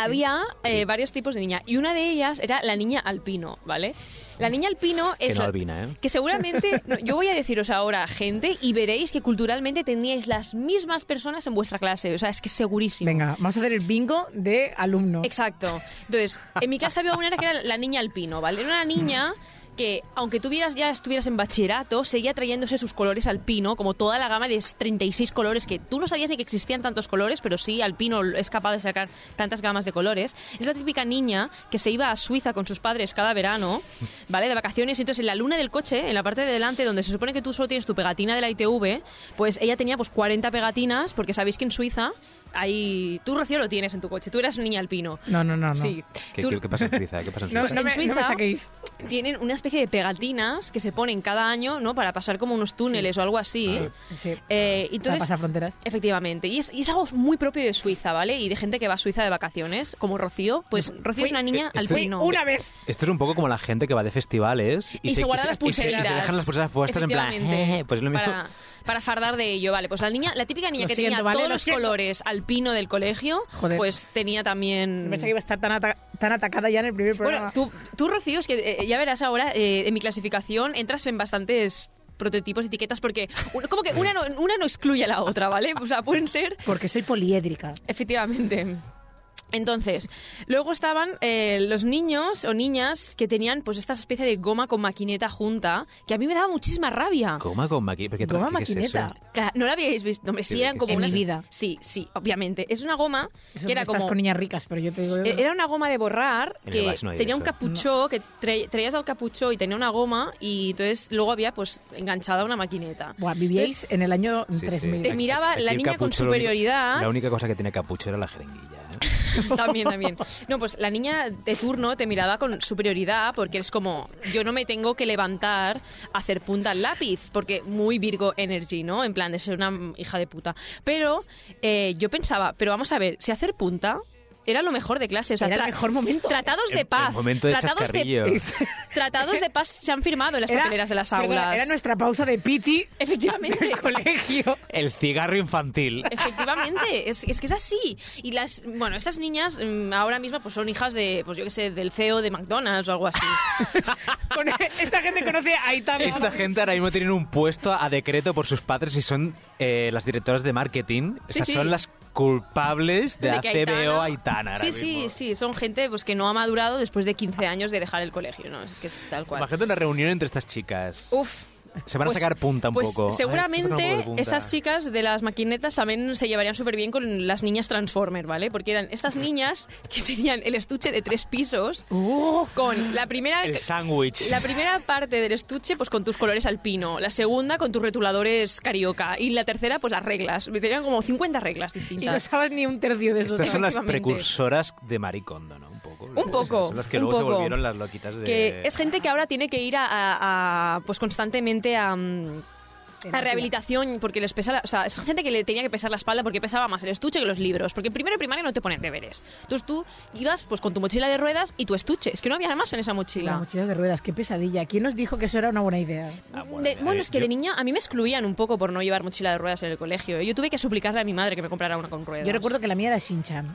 S2: había eh, varios tipos de niña y una de ellas era la niña alpino, ¿vale? La niña alpino es...
S3: que no
S2: la-
S3: albina, ¿eh?
S2: que seguramente, no, yo voy a deciros ahora, gente, y veréis que culturalmente teníais las mismas personas en vuestra clase. O sea, es que segurísimo.
S1: Venga, vamos a hacer el bingo de alumnos.
S2: Exacto. Entonces, en mi clase había una que era la niña alpino, ¿vale? Era una niña que, aunque tuvieras, ya estuvieras en bachillerato, seguía trayéndose sus colores alpino, como toda la gama de 36 colores que tú no sabías ni que existían tantos colores, pero sí, alpino es capaz de sacar tantas gamas de colores. Es la típica niña que se iba a Suiza con sus padres cada verano, ¿vale? De vacaciones, y entonces en la luna del coche, en la parte de delante, donde se supone que tú solo tienes tu pegatina de la ITV, pues ella tenía pues 40 pegatinas, porque sabéis que en Suiza hay... Tú, Rocío, lo tienes en tu coche, tú eras niña alpino.
S1: No, no, no, no.
S2: Sí.
S3: ¿Qué,
S2: Tú-
S3: qué- qué pasa en Suiza? ¿Qué pasa en
S1: No,
S3: Suiza?
S1: no me,
S2: Suiza-
S1: no me saquéis.
S2: Tienen una especie de pegatinas que se ponen cada año, ¿no? Para pasar como unos túneles o algo así.
S1: Sí.
S2: Eh,
S1: Para
S2: entonces,
S1: pasar fronteras.
S2: efectivamente. Y es, y es algo muy propio de Suiza, ¿vale? Y de gente que va a Suiza de vacaciones, como Rocío. Pues Rocío es una niña
S3: eh, estoy-
S2: alpino.
S1: Una vez.
S3: Esto es un poco como la gente que va de festivales
S2: Y, se, guardan
S3: y
S2: las
S3: y se- y se
S2: pulseritas.
S3: dejan las pulseras puestas en plan,
S2: Efectivamente.
S3: "Eh", pues es lo mismo.
S2: Para, para fardar de ello, vale. Pues la niña, la típica niña
S1: Lo
S2: que
S1: siento,
S2: tenía
S1: ¿vale?
S2: todos
S1: Lo
S2: los
S1: siento.
S2: colores alpino del colegio,
S1: Joder.
S2: pues tenía también.
S1: Pensé que iba a estar tan, ata- tan atacada ya en el primer
S2: Mm. Bueno,
S1: programa.
S2: tú, tú, Rocío, es que eh, ya verás ahora, eh, en mi clasificación entras en bastantes prototipos, etiquetas, porque un- como que una no, una no excluye a la otra, ¿vale? O sea, pueden ser,
S1: Porque soy poliédrica.
S2: efectivamente. Entonces, luego estaban eh, los niños o niñas que tenían pues esta especie de goma con maquineta junta, que a mí me daba muchísima rabia.
S3: Goma con maqui- porque
S1: Goma
S3: ¿qué es eso?
S1: maquineta.
S2: Claro, no la habíais visto, hombre, sí
S3: Sí,
S2: eran
S3: que
S2: como
S3: sí.
S2: una...
S1: En mi vida.
S2: Sí, sí, obviamente. Es una goma
S1: Eso
S2: que era
S1: estás
S2: como...
S1: con niñas ricas, pero yo te digo...
S2: Eh, Era una goma de borrar
S3: En el
S2: que
S3: Baix no hay
S2: tenía un
S3: eso.
S2: capuchó, que tra- traías al capuchó y tenía una goma y entonces luego había pues enganchada una maquineta.
S1: Buah, vivíais en el año
S3: Sí, sí.
S1: 3000.
S2: Te miraba la
S3: el
S2: niña con
S3: capucho, lo único-
S2: superioridad.
S3: la única cosa que tenía capucho era la jeringuilla. ¿eh?
S2: También, también. No, pues la niña de turno te miraba con superioridad porque es como, yo no me tengo que levantar a hacer punta al lápiz, porque muy Virgo Energy, ¿no? En plan de ser una hija de puta. Pero eh, yo pensaba, pero vamos a ver, si hacer punta era lo mejor de clase. O sea,
S1: Era el
S2: tra-
S1: mejor momento.
S2: Tratados
S3: El-
S2: de
S3: el
S2: paz.
S3: momento de
S2: tratados,
S3: chascarrillo.
S2: de, tratados de paz se han firmado en las papeleras de las
S1: perdona,
S2: aulas.
S1: era nuestra pausa de piti
S2: Efectivamente.
S1: del colegio.
S3: El cigarro infantil.
S2: Efectivamente, es, es que es así. Y las, bueno, estas niñas mm, ahora mismo pues son hijas de, pues yo qué sé, del CEO de McDonald's o algo así.
S1: Con- e-, esta gente conoce a Aitana.
S3: Esta gente ahora mismo tiene un puesto a decreto por sus padres y son eh, las directoras de marketing. o sea,
S2: Sí, sí.
S3: son las culpables de, la
S2: que
S3: CBO Aitana. ahora
S2: Sí, sí,
S3: mismo.
S2: sí, son gente pues que no ha madurado después de 15 años de dejar el colegio, ¿no? Es que es tal cual.
S3: Imagínate una reunión entre estas chicas.
S2: Uf.
S3: Se van a
S2: Uh, pues-
S3: sacar punta un
S2: pues
S3: poco. Ay, se sacan un poco de
S2: Seguramente
S3: punta.
S2: estas chicas de las maquinetas también se llevarían súper bien con las niñas Transformer, ¿vale? Porque eran estas niñas que tenían el estuche de tres pisos
S1: Uh,
S2: con la primera
S3: El sándwich.
S2: La primera parte del estuche, pues con tus colores alpino. La segunda, con tus retuladores carioca. Y la tercera, pues las reglas. Me Tenían como 50 reglas
S1: Y no
S2: distintas.
S1: sabes ni un tercio de eso.
S3: Estas son las
S2: efectivamente.
S3: precursoras de Maricondo, ¿no? Un poco. O sea,
S2: poco,
S3: Son las que
S2: un
S3: luego se
S2: poco.
S3: volvieron las loquitas de.
S2: Que es gente que ahora tiene que ir a, a- a, pues constantemente a... mm, A rehabilitación, porque les pesa la- O sea, es gente que le tenía que pesar la espalda porque pesaba más el estuche que los libros. Porque en primero de primaria no te ponen deberes. Entonces tú ibas pues con tu mochila de ruedas y tu estuche. Es que no había más en esa mochila. Ah,
S1: Las mochilas de ruedas, qué pesadilla. ¿Quién nos dijo que eso era una buena idea?
S3: Ah,
S2: De-
S3: bueno,
S2: bueno,
S3: mira,
S2: es que
S3: yo-
S2: de niña a mí me excluían un poco por no llevar mochila de ruedas en el colegio. ¿eh? Yo tuve que suplicarle a mi madre que me comprara una con ruedas.
S1: Yo recuerdo que la mía era Shin-Chan.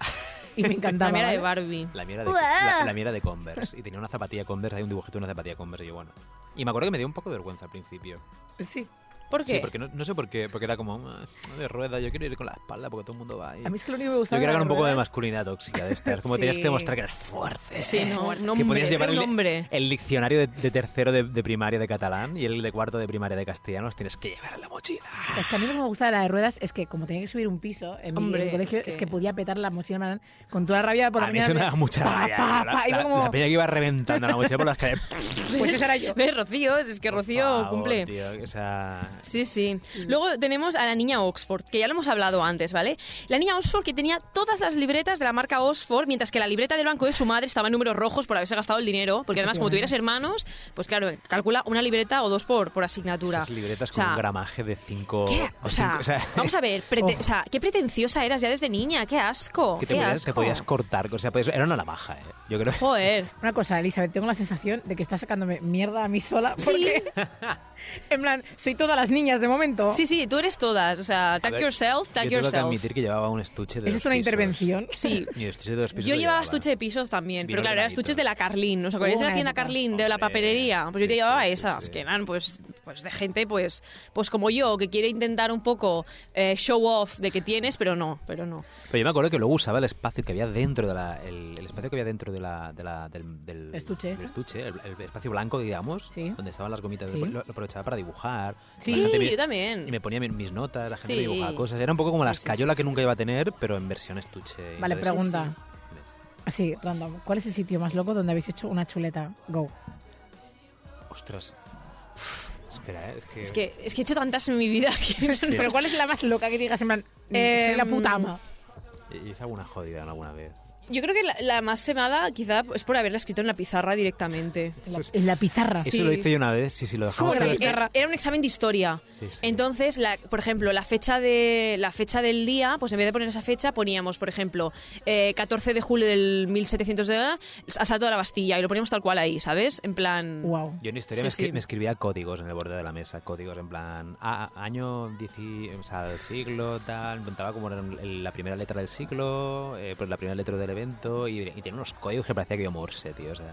S1: Y me encantaba. ¿eh?
S2: la mía era de
S1: ¿vale?
S2: Barbie.
S3: La mía, era de, la, la mía era de Converse. Y tenía una zapatilla Converse, hay un dibujito de una zapatilla Converse. Y yo, bueno. Y me acuerdo que me dio un poco de vergüenza al principio.
S1: Sí.
S2: ¿Por qué?
S3: Sí, porque no, no sé por qué. Porque era como, "Ah, no de rueda, yo quiero ir con la espalda porque todo el mundo va ahí.
S1: A mí es que lo único que me
S3: Yo
S1: gustaba.
S3: quiero
S1: era
S3: ganar un poco de
S1: ruedas.
S3: masculinidad tóxica de estar. Como tenías
S1: Sí.
S3: que demostrar que eras fuerte.
S2: Sí, no, no,
S3: que
S2: hombre,
S3: podías
S2: es
S3: llevar
S2: un
S3: el,
S2: hombre.
S3: el diccionario de, de tercero de, de primaria de catalán y el de cuarto de primaria de castellano. Los tienes que llevar en la mochila.
S1: Las que a mí lo que me gustaba de la de ruedas es que, como tenía que subir un piso en mi
S2: Hombre,
S1: en el colegio, es
S2: es
S1: que...
S2: que-
S1: podía petar la mochila man- con toda la rabia por la
S3: a mí eso me
S1: mañana.
S3: daba mucha
S1: Pa,
S3: rabia.
S1: pa,
S3: la,
S1: pa, iba
S3: la-
S1: como-
S3: la peña que iba reventando la mochila por las calles.
S1: Pues esa era yo.
S2: ¿Ves, Rocío? Es que Rocío
S3: Por favor,
S2: cumple.
S3: tío, o sea,
S2: Sí, sí. Luego tenemos a la niña Oxford, que ya lo hemos hablado antes, ¿vale? La niña Oxford que tenía todas las libretas de la marca Oxford, mientras que la libreta del banco de su madre estaba en números rojos por haberse gastado el dinero, porque además como tuvieras hermanos, pues claro, calcula una libreta o dos por, por asignatura.
S3: esas libretas
S2: O
S3: con
S2: sea,
S3: un gramaje de 5
S2: ¿Qué? O sea, vamos a ver, prete- o sea, qué pretenciosa eras ya desde niña, qué asco.
S3: Oh. que te
S2: qué
S3: podías, te
S2: asco.
S3: podías cortar. O sea, podías- era una navaja, eh. Yo creo.
S2: Joder.
S1: Una cosa, Elizabeth, tengo la sensación de que estás sacándome mierda a mí sola.
S2: Sí.
S1: Porque, en plan, soy todas las niñas de momento.
S2: Sí, sí, tú eres todas. O sea,
S3: A
S2: tag
S3: ver,
S2: yourself, tag
S3: yo tengo que
S2: yourself.
S3: admitir que llevaba un estuche de
S1: ¿Es
S3: dos
S1: esto una
S3: pisos.
S1: intervención?
S2: Sí.
S3: Y el estuche de dos pisos
S2: Yo
S3: lo
S2: llevaba estuche de pisos también,
S3: Vino
S2: pero claro, eran
S3: quemadito.
S2: estuches de la Carlín. ¿Os acordáis de la
S1: Una
S2: tienda
S1: época.
S2: Carlín, de la
S3: Hombre,
S2: papelería? Pues yo te
S3: sí,
S2: llevaba
S3: sí, sí,
S2: esas,
S3: sí.
S2: que eran pues, pues de gente pues, pues como yo, que quiere intentar un poco eh, show off de que tienes, pero no, pero no.
S3: Pero yo me acuerdo que luego usaba el espacio que había dentro de la, el, el espacio que había dentro de la, de la- del, del-
S1: Estuche,
S3: del
S1: ¿no?
S3: estuche, el, el espacio blanco, digamos,
S1: Sí.
S3: donde estaban las gomitas.
S1: Sí.
S3: Lo, lo aprovechaba para dibujar.
S1: Sí.
S3: La
S2: Sí,
S3: gente me-
S2: yo también.
S3: Y me ponía mi- mis notas, la gente
S2: Sí.
S3: me dibujaba cosas. Era un poco como
S2: Sí,
S3: la
S2: sí,
S3: escayola
S2: sí,
S3: que nunca iba a tener, pero en versión estuche.
S1: Vale,
S3: Entonces,
S1: pregunta. Así, random. ¿Cuál es el sitio más loco donde habéis hecho una chuleta? Go.
S3: Ostras. Espera, eh, es que...
S2: Es que, es que he hecho tantas en mi vida que...
S1: Pero ¿cuál es la más loca que digas en plan,
S2: Eh,
S1: soy la puta ama?
S3: Hice alguna jodida alguna vez.
S2: Yo creo que la, la más semada quizá es por haberla escrito en la pizarra directamente.
S1: En la, en la pizarra.
S2: Sí.
S3: Eso lo hice yo una vez, sí, sí, lo dejamos.
S1: Joder.
S3: para-
S1: Porque-
S2: Era, era un examen de historia.
S3: Sí, sí.
S2: Entonces, la- por ejemplo, la fecha de la fecha del día, pues en vez de poner esa fecha, poníamos, por ejemplo, eh, 14 de julio del 1700 de asalto a la Bastilla y lo poníamos tal cual ahí, ¿sabes? En plan
S1: Wow.
S3: Yo en historia
S2: Sí,
S3: me, escri-
S2: sí.
S3: me escribía códigos en el borde de la mesa, códigos en plan ah, ah, año, dieci- o sea, el siglo, tal, inventaba como era el- la primera letra del siglo, eh, pues la primera letra del evento y, y tenía unos códigos que parecía que yo morse, tío, o sea,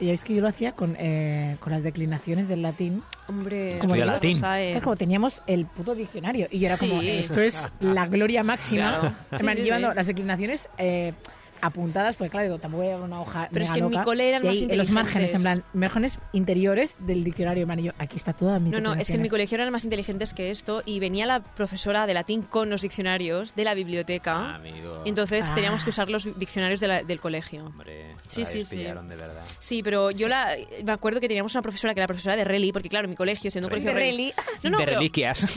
S1: Y es que yo lo hacía con, eh, con las declinaciones del latín.
S2: Hombre,
S3: Estudia
S2: esa
S3: latín.
S2: cosa, eh.
S1: Es como teníamos el puto diccionario. Y yo era como,
S2: Sí.
S1: esto es la gloria máxima.
S2: Claro.
S1: En
S2: Sí,
S1: plan,
S2: sí,
S1: llevando
S2: sí.
S1: las declinaciones eh, apuntadas, porque claro, digo, tampoco voy a llevar una hoja.
S2: Pero es
S1: mega
S2: que en mi
S1: loca.
S2: cole eran
S1: Y
S2: más
S1: ahí, en los márgenes, en plan,
S2: inteligentes.
S1: márgenes interiores del diccionario. En plan, y yo, aquí está toda mi
S2: No, no, es que en mi
S1: declinaciones.
S2: colegio eran más inteligentes que esto y venía la profesora de latín con los diccionarios de la biblioteca.
S3: amigo,
S2: Entonces
S1: Ah.
S2: teníamos que usar los diccionarios de la- del colegio.
S3: hombre,
S2: Sí,
S3: ahí
S2: sí,
S3: os
S2: sí.
S3: pillaron de verdad.
S2: Sí, pero yo la, me acuerdo que teníamos una profesora que era profesora de reli, porque claro, en mi colegio, siendo un colegio reli. No, no,
S3: de
S2: pero-
S3: reliquias.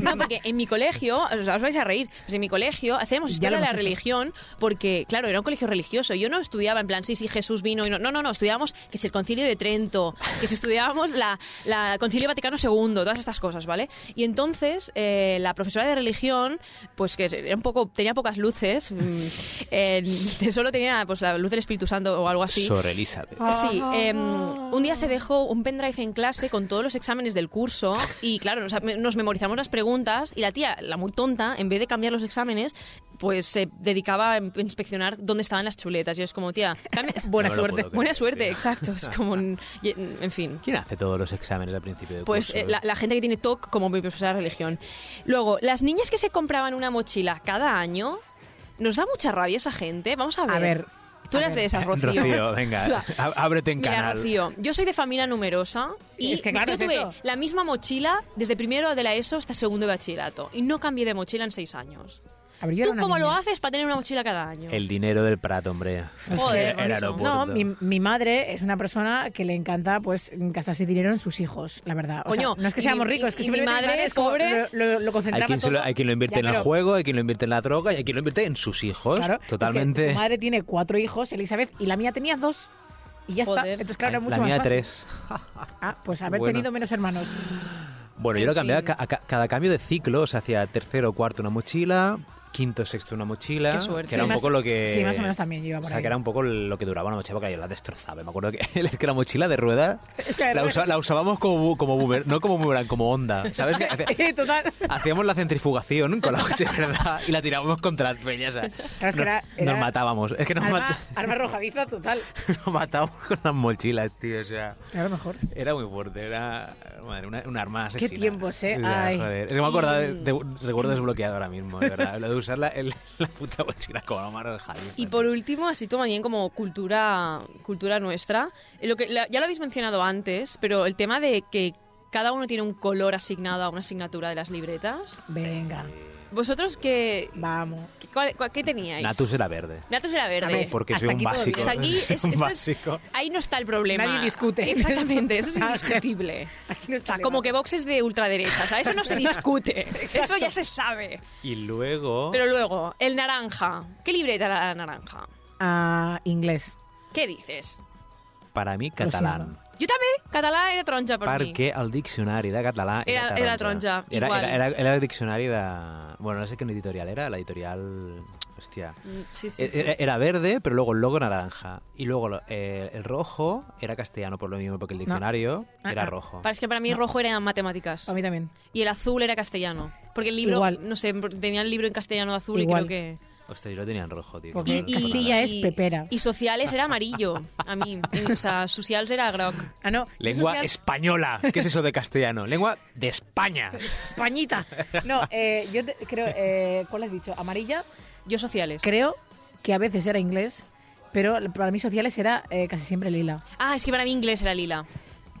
S2: no, porque en mi colegio, o sea, os vais a reír, pues en mi colegio hacíamos
S1: Ya
S2: historia
S1: lo
S2: de la
S1: hemos hecho.
S2: religión, porque claro, era un colegio religioso. Yo no estudiaba en plan, sí, sí, Jesús vino y no. No, no, no. Estudiábamos que si el concilio de Trento, que si estudiábamos la, la concilio Vaticano II, todas estas cosas, ¿vale? Y entonces eh, la profesora de religión, pues que era un poco, tenía pocas luces. mm, eh, solo tenía pues la luz del Espíritu Santo o algo así.
S3: Sor Elizabeth.
S2: Sí, em, un día se dejó un pendrive en clase con todos los exámenes del curso y claro, nos, nos memorizamos las preguntas y la tía, la muy tonta, en vez de cambiar los exámenes, pues se dedicaba a inspeccionar dónde estaban las chuletas y es como, tía, cambia-
S1: Buena
S3: No me lo
S1: suerte.
S3: puedo creer.
S2: buena suerte, exacto, es como, un- y- en fin.
S3: ¿Quién hace todos los exámenes al principio de
S2: Pues
S3: curso?
S2: eh, la, la gente que tiene TOC como mi profesora de religión. Luego, las niñas que se compraban una mochila cada año, nos da mucha rabia esa gente. Vamos a ver.
S1: A ver,
S2: Tú
S1: a
S2: eres
S1: ver.
S2: de esas,
S3: Rocío, venga,
S2: La-
S3: á- ábrete en
S2: Mira,
S3: canal.
S2: Rocío, yo soy de familia numerosa y
S1: Es que claro,
S2: yo
S1: es
S2: tuve
S1: eso.
S2: la misma mochila desde primero de la ESO hasta segundo de bachillerato y no cambié de mochila en seis años.
S1: A ver, yo era
S2: ¿Tú
S1: una
S2: cómo lo
S1: niña.
S2: haces para tener una mochila cada año?
S3: El dinero del prato, hombre.
S2: Joder,
S3: el, el
S2: macho.
S1: No,
S3: aeropuerto.
S1: mi, mi madre es una persona que le encanta pues gastarse dinero en sus hijos, la verdad. O sea,
S2: Coño,
S1: no es que
S2: y
S1: seamos
S2: mi-
S1: ricos, es que
S2: y mi
S1: simplemente
S2: madre
S1: es como
S2: pobre.
S1: Lo, lo, lo
S3: Hay
S1: concentraba
S3: quien, se lo-
S1: todo.
S3: hay quien lo invierte
S1: Ya,
S3: en el
S1: pero-
S3: juego, hay quien lo invierte en la droga y hay quien lo invierte en sus hijos.
S1: Claro, es que
S3: Totalmente.
S1: tu madre tiene cuatro hijos, Elizabeth, y la mía tenía dos. Y ya está.
S2: Joder.
S1: Entonces, claro, era
S3: Ay,
S1: mucho
S3: la
S1: más
S3: mía
S1: fácil.
S3: tres.
S1: Ah, pues haber
S3: Bueno.
S1: tenido menos hermanos.
S3: Bueno, yo
S2: En
S3: lo cambiaba
S2: fin.
S3: ca- a ca- cada cambio de ciclo, o sea, hacía tercero, cuarto una mochila, quinto, sexto una mochila,
S2: Qué suerte.
S3: que era
S2: Sí,
S3: un
S2: más-
S3: poco lo que...
S1: sí, más o menos también yo iba por
S3: O sea,
S1: ahí.
S3: que era un poco lo que duraba una mochila, porque yo la destrozaba. Me acuerdo que, es que la mochila de rueda
S1: que de
S3: la,
S1: rueda.
S3: usa- la usábamos como, bu- como boomer, no como boomerang, como onda, ¿sabes? Que hace-
S1: Eh, Total.
S3: Hacíamos la centrifugación con la mochila, ¿verdad? Y la tirábamos contra las peñas. o sea,
S1: es que
S3: nos,
S1: era- era-
S3: nos matábamos. Es que nos,
S1: Arma,
S3: mat-
S1: arma arrojadiza total.
S3: nos matábamos con las mochilas, tío, o sea...
S1: A lo mejor.
S3: Era muy fuerte, era madre, una, un arma asesina.
S1: tiempos, eh,
S3: O sea,
S1: ay.
S3: joder. Es que me he acordado de- de- recuerdo desbloqueado ahora mismo, de verdad. Lo de usar la, el- la puta mochila como la mano del jardín.
S2: Y por último, así toma bien como cultura, cultura nuestra. eh, Lo que, la- ya lo habéis mencionado antes, pero el tema de que cada uno tiene un color asignado a una asignatura de las libretas.
S1: Venga,
S2: ¿Vosotros qué,
S1: vamos.
S2: qué, cuál- cuál- qué teníais?
S3: Natus era verde.
S2: Natus era verde.
S1: A ver,
S3: Porque
S1: hasta
S3: soy un
S1: aquí todo bien.
S3: básico.
S2: Hasta aquí es,
S3: soy un
S2: esto es-
S3: básico.
S2: ahí no está el problema.
S1: Nadie discute.
S2: Exactamente, eso es indiscutible.
S1: Aquí no
S2: O
S1: está
S2: sea, como que boxes de ultraderecha, o sea, eso no se discute, eso ya se sabe.
S3: Y luego...
S2: Pero luego, el naranja. ¿Qué libreta era la naranja?
S1: Ah, inglés.
S2: ¿Qué dices?
S3: Para mi, catalán.
S2: Yo también, català era taronja per mi.
S3: Perquè el diccionari de català era,
S2: Era- era taronja,
S3: Era,
S2: igual.
S3: era, era, era el diccionari de... Bueno, no sé qué editorial era, la editorial... Hostia.
S2: Mm, Sí, sí, sí.
S3: Era, E-, era verde, pero luego el logo naranja. Y luego lo- eh, el rojo era castellano por lo mismo, porque el diccionario era
S1: Ajá.
S3: rojo.
S2: Para- es que para mí rojo era matemáticas
S1: A mí también.
S2: y el azul era castellano. Porque el libro,
S1: Igual.
S2: no sé, tenía el libro en castellano azul
S1: Igual.
S2: y creo que...
S3: Hostia, yo lo tenía en rojo, tío.
S1: Porque
S3: Qué
S1: Y-
S3: mala.
S1: Castilla es pepera.
S2: Y sociales era amarillo, a mí. O sea, socials era groc.
S1: Ah, no.
S3: Lengua
S1: social-
S3: española. ¿Qué es eso de castellano? Lengua de España.
S1: pañita. No, eh, yo te- creo, eh, ¿cuál has dicho? Amarilla.
S2: Yo sociales.
S1: Creo que a veces era inglés, pero para mí sociales era eh, casi siempre lila.
S2: Ah, es que para mí inglés era lila.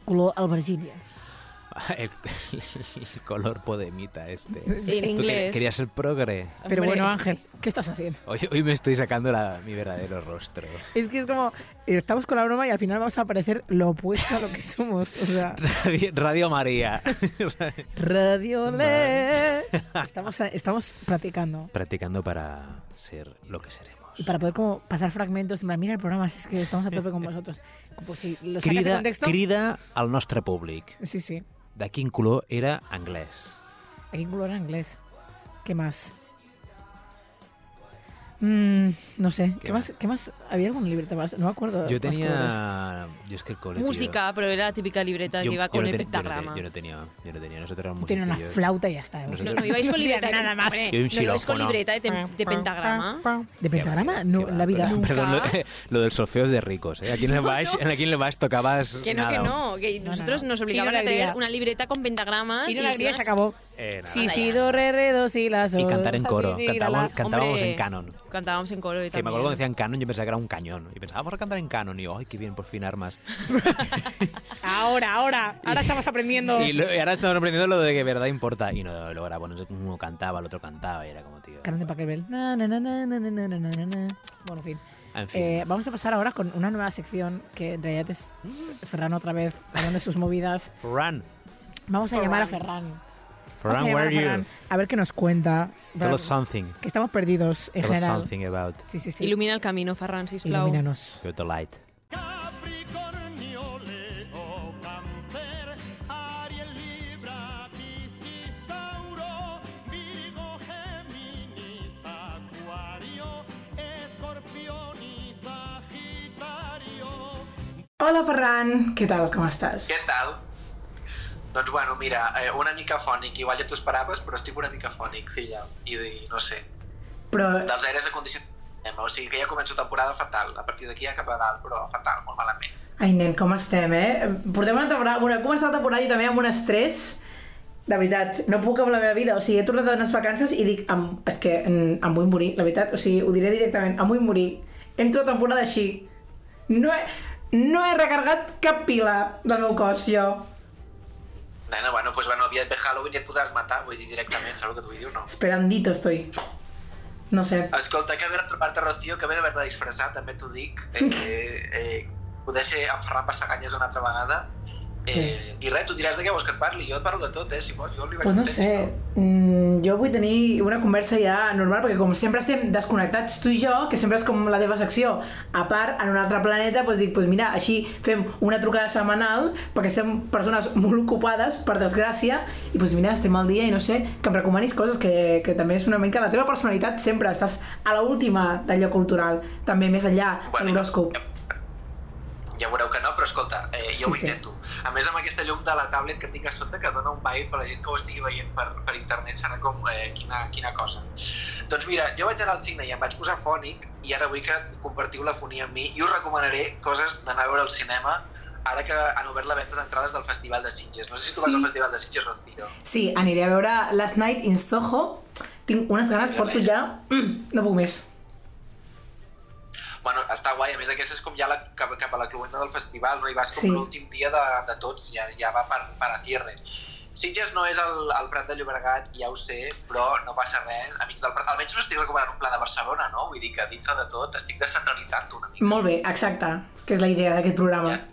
S1: Culo albergine.
S3: El, el color podemita este.
S2: En
S3: Tú
S2: inglés.
S3: quer- querías ser progre.
S1: Pero
S2: Hombre.
S1: bueno, Ángel, ¿qué estás haciendo?
S3: Hoy, hoy me estoy sacando la- mi verdadero rostro.
S1: Es que es como, eh, estamos con la broma y al final vamos a parecer lo opuesto a lo que somos. O sea,
S3: Radio, Radio María.
S1: Radio Le. Estamos, estamos practicando.
S3: Practicando para ser lo que seremos.
S1: Y para poder como pasar fragmentos, en plan, mira el programa, si es que estamos a tope con vosotros. Pues si lo sacas de
S3: Crida,
S1: contexto...
S3: crida al nostre públic.
S1: Sí, sí.
S3: De quin color era anglès?
S1: El color era inglés. ¿Qué más? Mm, no sé. ¿Qué,
S3: ¿Qué
S1: más? ¿Qué más? ¿Había algún libreta Ah, más? No me acuerdo.
S3: Yo
S1: los colores.
S3: tenía... Yo es que el cole,
S2: Música, pero era la típica libreta
S3: tío,
S2: que iba con
S3: no
S2: el
S3: ten- yo no ten-
S2: pentagrama.
S3: Yo no tenía, yo no tenía. Nosotros éramos
S1: Yo
S3: muy
S1: tenía una
S3: sencillos.
S1: flauta y ya está. ¿eh?
S3: Nosotros-
S2: No, no ibais con
S1: No tenía
S2: libreta de-
S1: nada más.
S2: hombre,
S3: Y un
S2: no ibais con
S3: xilófono.
S2: libreta de, tem- de pentagrama.
S1: ¿De pentagrama? No, en la vida.
S3: Perdón,
S2: Nunca.
S3: perdón, lo, lo del solfeo es de ricos, ¿eh? Aquí en el Baix, aquí en el Baix tocabas
S2: Que no,
S3: nada.
S2: que no, que
S1: no,
S2: nosotros
S1: no.
S2: nos
S1: Y
S2: obligaban
S1: una
S2: a traer
S1: alegría.
S2: una libreta con pentagramas.
S1: Y no la alegría
S2: encima-
S1: se acabó.
S3: Eh, nada,
S1: Sí,
S3: nada,
S1: sí,
S3: nada.
S1: do, re, re, do, si, la, sol.
S3: Y cantar en coro.
S1: si, la, la.
S3: Cantábamos, cantábamos
S2: Hombre,
S3: en canon.
S2: Cantábamos en coro y
S3: Que
S2: también.
S3: me acuerdo cuando decían canon, yo pensaba que era un cañón. Y pensaba, vamos a cantar en canon. Y yo, ay, qué bien, por fin armas.
S1: Ahora, ahora. Ahora estamos aprendiendo.
S3: Y, lo- y ahora estamos aprendiendo lo de que verdad importa. Y no, luego era, bueno, uno cantaba, el otro cantaba. Y era como, tío.
S1: Canción de Pachelbel. Na, na, na, na, na, na, na, na, na, na. Bueno, en fin.
S3: En fin.
S1: Eh, vamos a pasar ahora con una nueva sección que en realidad es Ferran otra vez hablando de sus movidas.
S3: Run.
S1: Vamos a llamar a Ferran.
S3: Ferran,
S1: Vamos a llamar
S3: where are
S1: a Ferran,
S3: you?
S1: A ver qué nos cuenta.
S3: Tell us something.
S1: Que estamos perdidos en
S3: Tell us
S1: general.
S3: something about
S1: Sí, sí, sí.
S2: Ilumina el camino, Ferran Sisplau.
S1: Ilumínanos.
S3: your delight.
S7: Capricornio, Leo, Cáncer, Ariel, Libra, Piscis, Tauro, Virgo, Géminis, Acuario, Escorpión y Sagitario.
S1: Hola, Ferran. ¿Qué tal? ¿Cómo estás?
S8: Què tal? Doncs bueno, mira, eh, una mica fònic, igual ja t'ho esperaves, però estic una mica fònic, filla, i, i no sé,
S1: Però,
S8: dels aires acondicionats, o sigui que ja començo temporada fatal, a partir d'aquí ja cap a dalt, però fatal, molt malament.
S1: ai, nen, com estem, eh? Portem una temporada... Bueno, he començat la temporada i també amb un estrès de veritat, no puc amb la meva vida, o sigui, he tornat de unes vacances i dic, em, és que em, em vull morir, la veritat, o sigui, ho diré directament, em vull morir, entro a temporada així, no he, no he recargat cap pila del meu cos, jo,
S8: Nena, bueno, doncs bueno, aviat ve Halloween i et podràs matar, vull dir directament, saps el que t'ho vull dir o no?
S1: esperandito estoy, no sé,
S8: Escolta, que bé retrobar-te, Rocío, que bé d'haver-la disfressat, també t'ho dic. Eh, eh, eh, poder ser en Ferran Passacanyes una altra vegada. Eh, I res, tu diràs de què vols que et parli, jo et parlo de tot, eh, si vols, jo li vaig
S1: Pues no
S8: dir,
S1: sé, mm, jo vull tenir una conversa ja normal, perquè com sempre estem desconnectats tu i jo, que sempre és com la teva secció, a part, en un altre planeta, doncs dic, pues mira, així fem una trucada setmanal, perquè som persones molt ocupades, per desgràcia, i doncs mira, estem al dia i no sé, que em recomanis coses, que, que també és una mica la teva personalitat, sempre estàs a l última d'allò cultural, també més enllà de
S8: Bueno,
S1: l'horòscop.
S8: Ja veureu que no, però escolta, eh, jo
S1: Sí,
S8: ho
S1: sí.
S8: intento. A més, amb aquesta llum de la tablet que tinc a sota, que dona un vibe per la gent que ho estigui veient per, per internet, serà com eh, quina, quina cosa. Doncs mira, jo vaig anar al cine i em vaig posar fònic, i ara vull que compartiu la fonia amb mi, i us recomanaré coses d'anar a veure al cinema ara que han obert la venda d'entrades del Festival de Sitges. No sé si tu
S1: Sí.
S8: vas al Festival de Sitges, Rocío.
S1: Sí, aniré a veure Last Night in Soho, tinc unes ganes, porto ja... Mm, no puc més.
S8: Bueno, està guai, a més aquesta és com ja la, cap, cap a la cluenda del festival, no? I vas com
S1: Sí.
S8: sí. l'últim dia de, de tots, ja, ja va per, per a cierre. Sitges no és el, el Prat de Llobregat, ja ho sé, però no passa res. Amics del Prat, almenys no estic recuperant un pla de Barcelona, no? Vull dir que dintre de tot estic descentralitzant una mica.
S1: Molt bé, exacte, que és la idea d'aquest programa.
S8: Ja.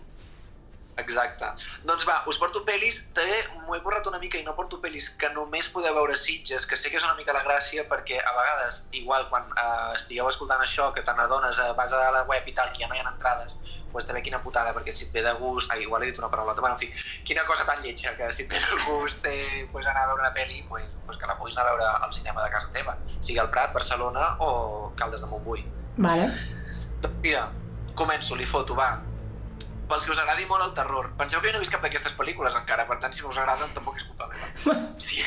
S8: Exacte. Doncs va, us porto pel·lis, també m'ho he borrat una mica i no porto pel·lis que només podeu veure a Sitges, que sé que és una mica la gràcia perquè a vegades, igual quan eh, estigueu escoltant això, que te n'adones, eh, vas a la web i tal, que ja no hi ha entrades, doncs també quina putada, perquè si et ve de gust... Ai, igual he dit una paraulota, però en fi, quina cosa tan lletja, que si et ve de gust eh, pues anar a veure una pel·li, pues, pues que la puguis anar a veure al cinema de casa teva, sigui al Prat, Barcelona o Caldes de Montbui.
S1: Vale.
S8: Doncs mira, començo, li foto, va. Pels que us agradi molt el terror, penseu que jo no he vist cap d'aquestes pel·lícules encara, per tant, si no us agraden, tampoc és culpa meva. Sí.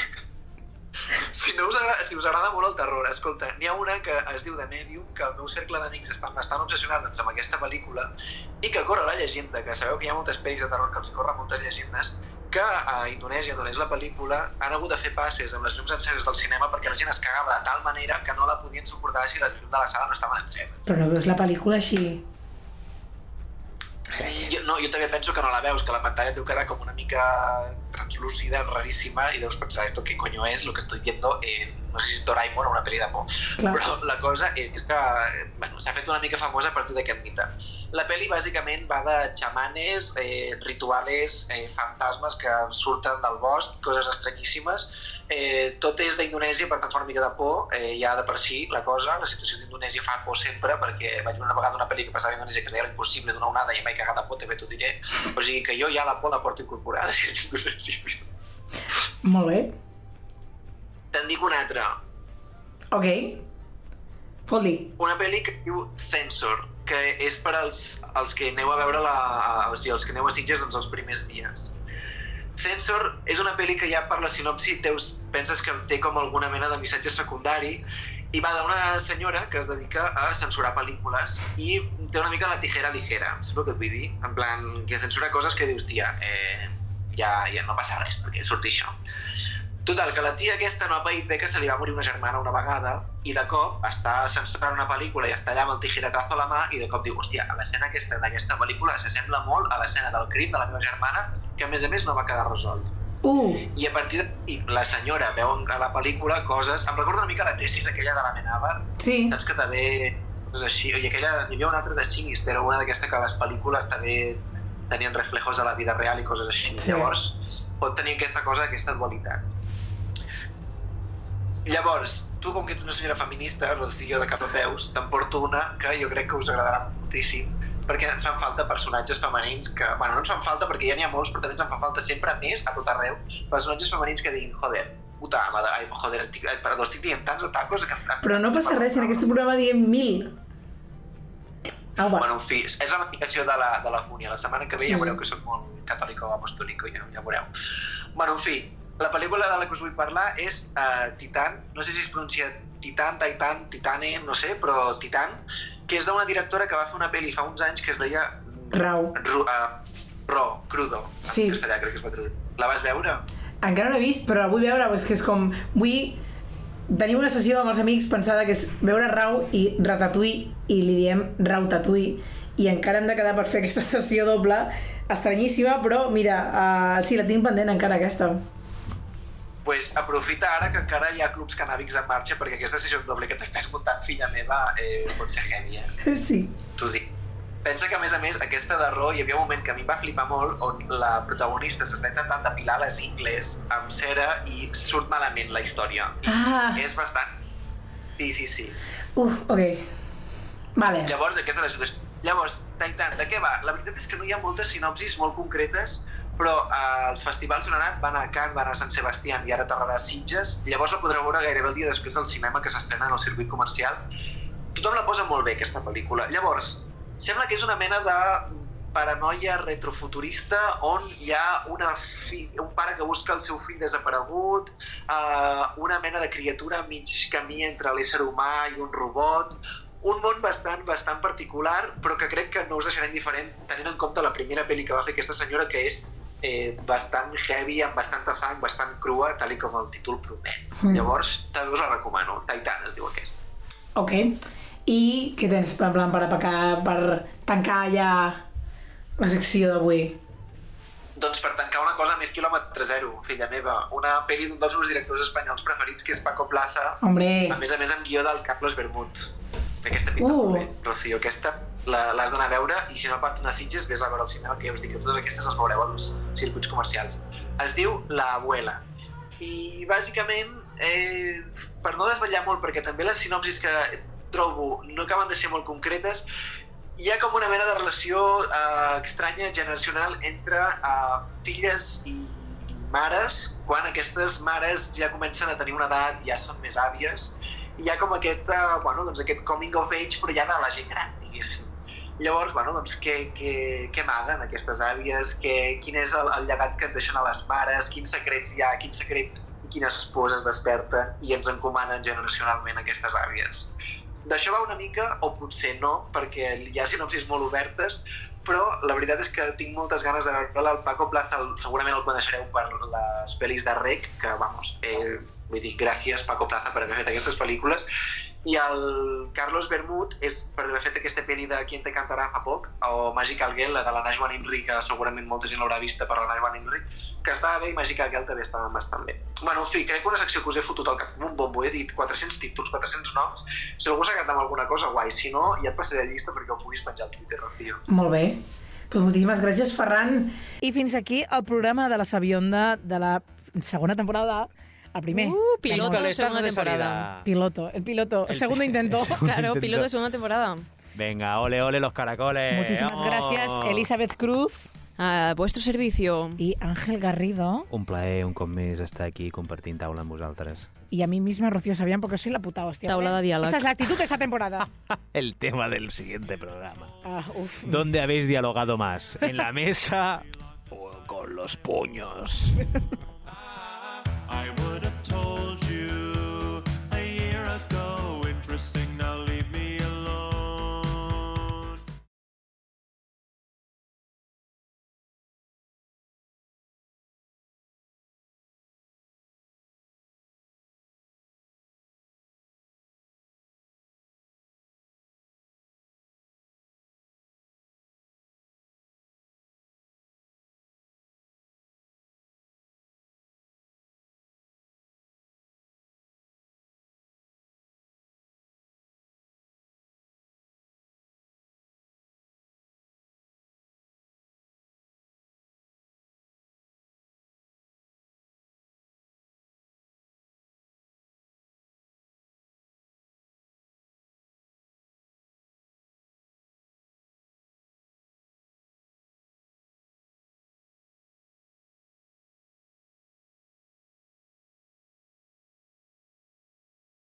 S8: Si, no us agrada, si us agrada molt el terror, escolta, n'hi ha una que es diu The Medium, que el meu cercle d'amics estan bastant obsessionats amb aquesta pel·lícula i que corre la llegenda, que sabeu que hi ha moltes pel·lis de terror que els hi corren moltes llegendes, que a Indonèsia, d'on és la pel·lícula, han hagut de fer passes amb les llums enceses del cinema perquè la gent es cagava de tal manera que no la podien suportar si les llums de la sala no estaven enceses.
S1: Però no veus la pel·lícula així.
S8: Jo, no, jo també penso que no la veus, que la pantalla et deu quedar com una mica translúcida, raríssima, i deus pensar, esto qué coño es, lo que estoy viendo, eh, no sé si es Doraemon o una pel·li de por.
S1: Clar.
S8: Però la cosa és que eh, bueno, s'ha fet una mica famosa a partir d'aquest mite. La pel·li bàsicament va de xamanes, eh, rituales, eh, fantasmes que surten del bosc, coses estranyíssimes. Eh, tot és d'Indonèsia, per tant fa una mica de por, eh, ja de per si la cosa. La situació d'Indonèsia fa por sempre, perquè vaig veure una vegada una pel·li que passava a Indonèsia que es deia l'impossible d'una onada i em vaig cagar de por, també t'ho diré. O sigui que jo ja la por la porto incorporada, si és d'Indonèsia.
S1: Molt bé.
S8: Te'n dic una altra,
S1: Ok. Fot-li.
S8: una pel·li que es diu Censor, que és per als, als que aneu a veure la, o sigui, els que aneu a Sitges doncs, els primers dies. Censor és una pel·li que ja per la sinopsi teus, penses que té com alguna mena de missatge secundari i va d'una senyora que es dedica a censurar pel·lícules i té una mica la tijera ligera, saps el que et vull dir? En plan, que censura coses que dius, tia, eh, ja, ja no passa res perquè surt això. Total, que la tia aquesta no ha paït bé que se li va morir una germana una vegada i de cop està censurant una pel·lícula i està allà amb el tijeretazo a la mà i de cop diu, hòstia, a l'escena aquesta d'aquesta pel·lícula s'assembla molt a l'escena del crim de la meva germana que a més a més no va quedar resolt.
S1: Uh,
S8: I a partir d'aquí la senyora veu a la pel·lícula coses... Em recorda una mica la tesis aquella de la Menàver,
S1: sí.
S8: saps que també és així, i aquella, hi havia una altra de Sinis, però una d'aquesta que les pel·lícules també tenien reflejos a la vida real i coses així.
S1: Sí.
S8: Sí. Llavors, pot tenir aquesta cosa, aquesta dualitat. Llavors, tu, com que ets una senyora feminista, Rocío, de cap a peus, t'emporto una que jo crec que us agradarà moltíssim, perquè ens fan falta personatges femenins que... Bueno, no ens fan falta perquè ja n'hi ha molts, però també ens en fan falta sempre més a tot arreu, personatges femenins que diguin, joder, puta ama de... Ai, joder, estic, ai, perdó, estic dient tants o tacos... Que,
S9: Però no passa res, en aquest programa diem mil. Ah,
S8: Bueno,
S9: bueno.
S8: en fi, és la aplicació de la, de la fúnia. La setmana que ve
S9: Sí,
S8: ja
S9: sí.
S8: veureu que sóc molt catòlica o apostòlica, ja, ja veureu. Bueno, en fi, la pel·lícula de la que us vull parlar és uh, Titan, no sé si es pronuncia Titan, Titan, Titane, no sé, però Titan, que és d'una directora que va fer una pel·li fa uns anys que es deia
S9: Rau.
S8: Ru, uh, Ro, Crudo, en
S9: Sí.
S8: castellà crec que es va traduir. La vas veure?
S9: Encara no l'he vist, però la vull veure, és que és com... Vull tenir una sessió amb els amics pensada que és veure Rau i Ratatouille, i li diem Rau Tatouille, i encara hem de quedar per fer aquesta sessió doble, estranyíssima, però mira, uh, sí, la tinc pendent encara aquesta.
S8: pues aprofita ara que encara hi ha clubs canàbics en marxa perquè aquesta sessió doble que t'estàs muntant, filla meva, eh, pot ser heavy, eh?
S9: Sí.
S8: t'ho dic. Pensa que, a més a més, aquesta de Ro hi havia un moment que a mi em va flipar molt on la protagonista s'està intentant depilar les ingles amb cera i surt malament la història.
S9: Ah,
S8: És bastant... Sí, sí, sí.
S9: uf, ok. Vale.
S8: Llavors, aquesta és la situació. Llavors, Titan, de què va? La veritat és que no hi ha moltes sinopsis molt concretes, però eh, els festivals on ha anat van a Cannes, van a Sant Sebastià i ara aterrarà a Sitges. Llavors la podreu veure gairebé el dia després del cinema que s'estrena en el circuit comercial. Tothom la posa molt bé, aquesta pel·lícula. Llavors, sembla que és una mena de paranoia retrofuturista on hi ha una fi, un pare que busca el seu fill desaparegut, eh, una mena de criatura mig camí entre l'ésser humà i un robot, un món bastant, bastant particular, però que crec que no us deixarà indiferent tenint en compte la primera pel·li que va fer aquesta senyora, que és eh, bastant heavy, amb bastanta sang, bastant crua, tal i com el títol promet.
S9: Mm.
S8: Mm. Llavors, també us la recomano. Titan es diu aquesta.
S9: Ok. I què tens en plan per, apacar, per tancar ja la secció d'avui?
S8: Doncs per tancar una cosa més quilòmetre zero, filla meva, una pel·li d'un dels meus directors espanyols preferits, que és Paco Plaza,
S9: Hombre,
S8: A més a més, amb guió del Carlos Bermud. Aquesta pinta
S9: Uh.
S8: molt bé, Rocío. Aquesta la- l'has d'anar a veure i si no pots anar a Sitges, vés a veure al cinema, que ja us dic que totes aquestes les veureu als circuits comercials. Es diu La Abuela. I bàsicament, eh, per no desvetllar molt, perquè també les sinopsis que trobo no acaben de ser molt concretes, hi ha com una mena de relació eh, estranya generacional entre eh, filles i mares, quan aquestes mares ja comencen a tenir una edat, ja són més àvies, i hi ha com aquest, eh, bueno, doncs aquest coming of age, però ja de la gent gran, diguéssim. Llavors, bueno, doncs què, què, què amaguen aquestes àvies? Què, quin és el, el llegat que en deixen a les mares? Quins secrets hi ha? Quins secrets i quines esposes desperten i ens encomanen generacionalment aquestes àvies? D'això va una mica, o potser no, perquè hi ha sinopsis molt obertes, però la veritat és que tinc moltes ganes de veure el Paco Plaza, el, segurament el coneixereu per les pel·lis de Rec, que, vamos, eh, vull dir, gràcies Paco Plaza per haver fet aquestes pel·lícules, i el Carlos Bermud és per haver fet aquesta pel·li de Quien te cantarà fa poc, o Magical Girl, la de l'Anna Joan Enric, que segurament molta gent l'haurà vista per l'Anna Joan Enric, que estava bé i Magical Girl també estava bastant bé. Bueno, en fi, crec que una secció que us he fotut al cap com un bombo, he dit 400 títols, 400 noms, si algú s'ha quedat amb alguna cosa, guai, si no, ja et passaré la llista perquè ho puguis penjar al Twitter, Rocío.
S9: molt bé. Pues moltíssimes gràcies, Ferran.
S1: I fins aquí el programa de la Sabionda de la segona temporada, el primer.
S2: Uh, piloto,
S1: Venga,
S2: segunda
S3: de
S2: temporada.
S3: salida.
S1: Piloto, el piloto,
S3: El-
S1: segundo intento.
S3: Exacto.
S2: Claro,
S3: Intento.
S2: piloto de segunda temporada.
S3: Venga, ole, ole los caracoles.
S1: Muchísimas
S3: vamos.
S1: gracias, Elizabeth Cruz
S2: A vuestro servicio.
S1: y Ángel Garrido.
S3: Un plaer, un cop més, estar aquí compartint taula amb vosaltres.
S1: Y a mí misma, Rocío Sabián, porque soy la puta hostia.
S2: Tablada
S1: ¿eh?
S2: diálogo.
S1: Esa es la actitud de esta temporada.
S3: El tema del siguiente programa.
S1: Ah, uf.
S3: ¿Dónde habéis dialogado más? ¿En la mesa o con los puños?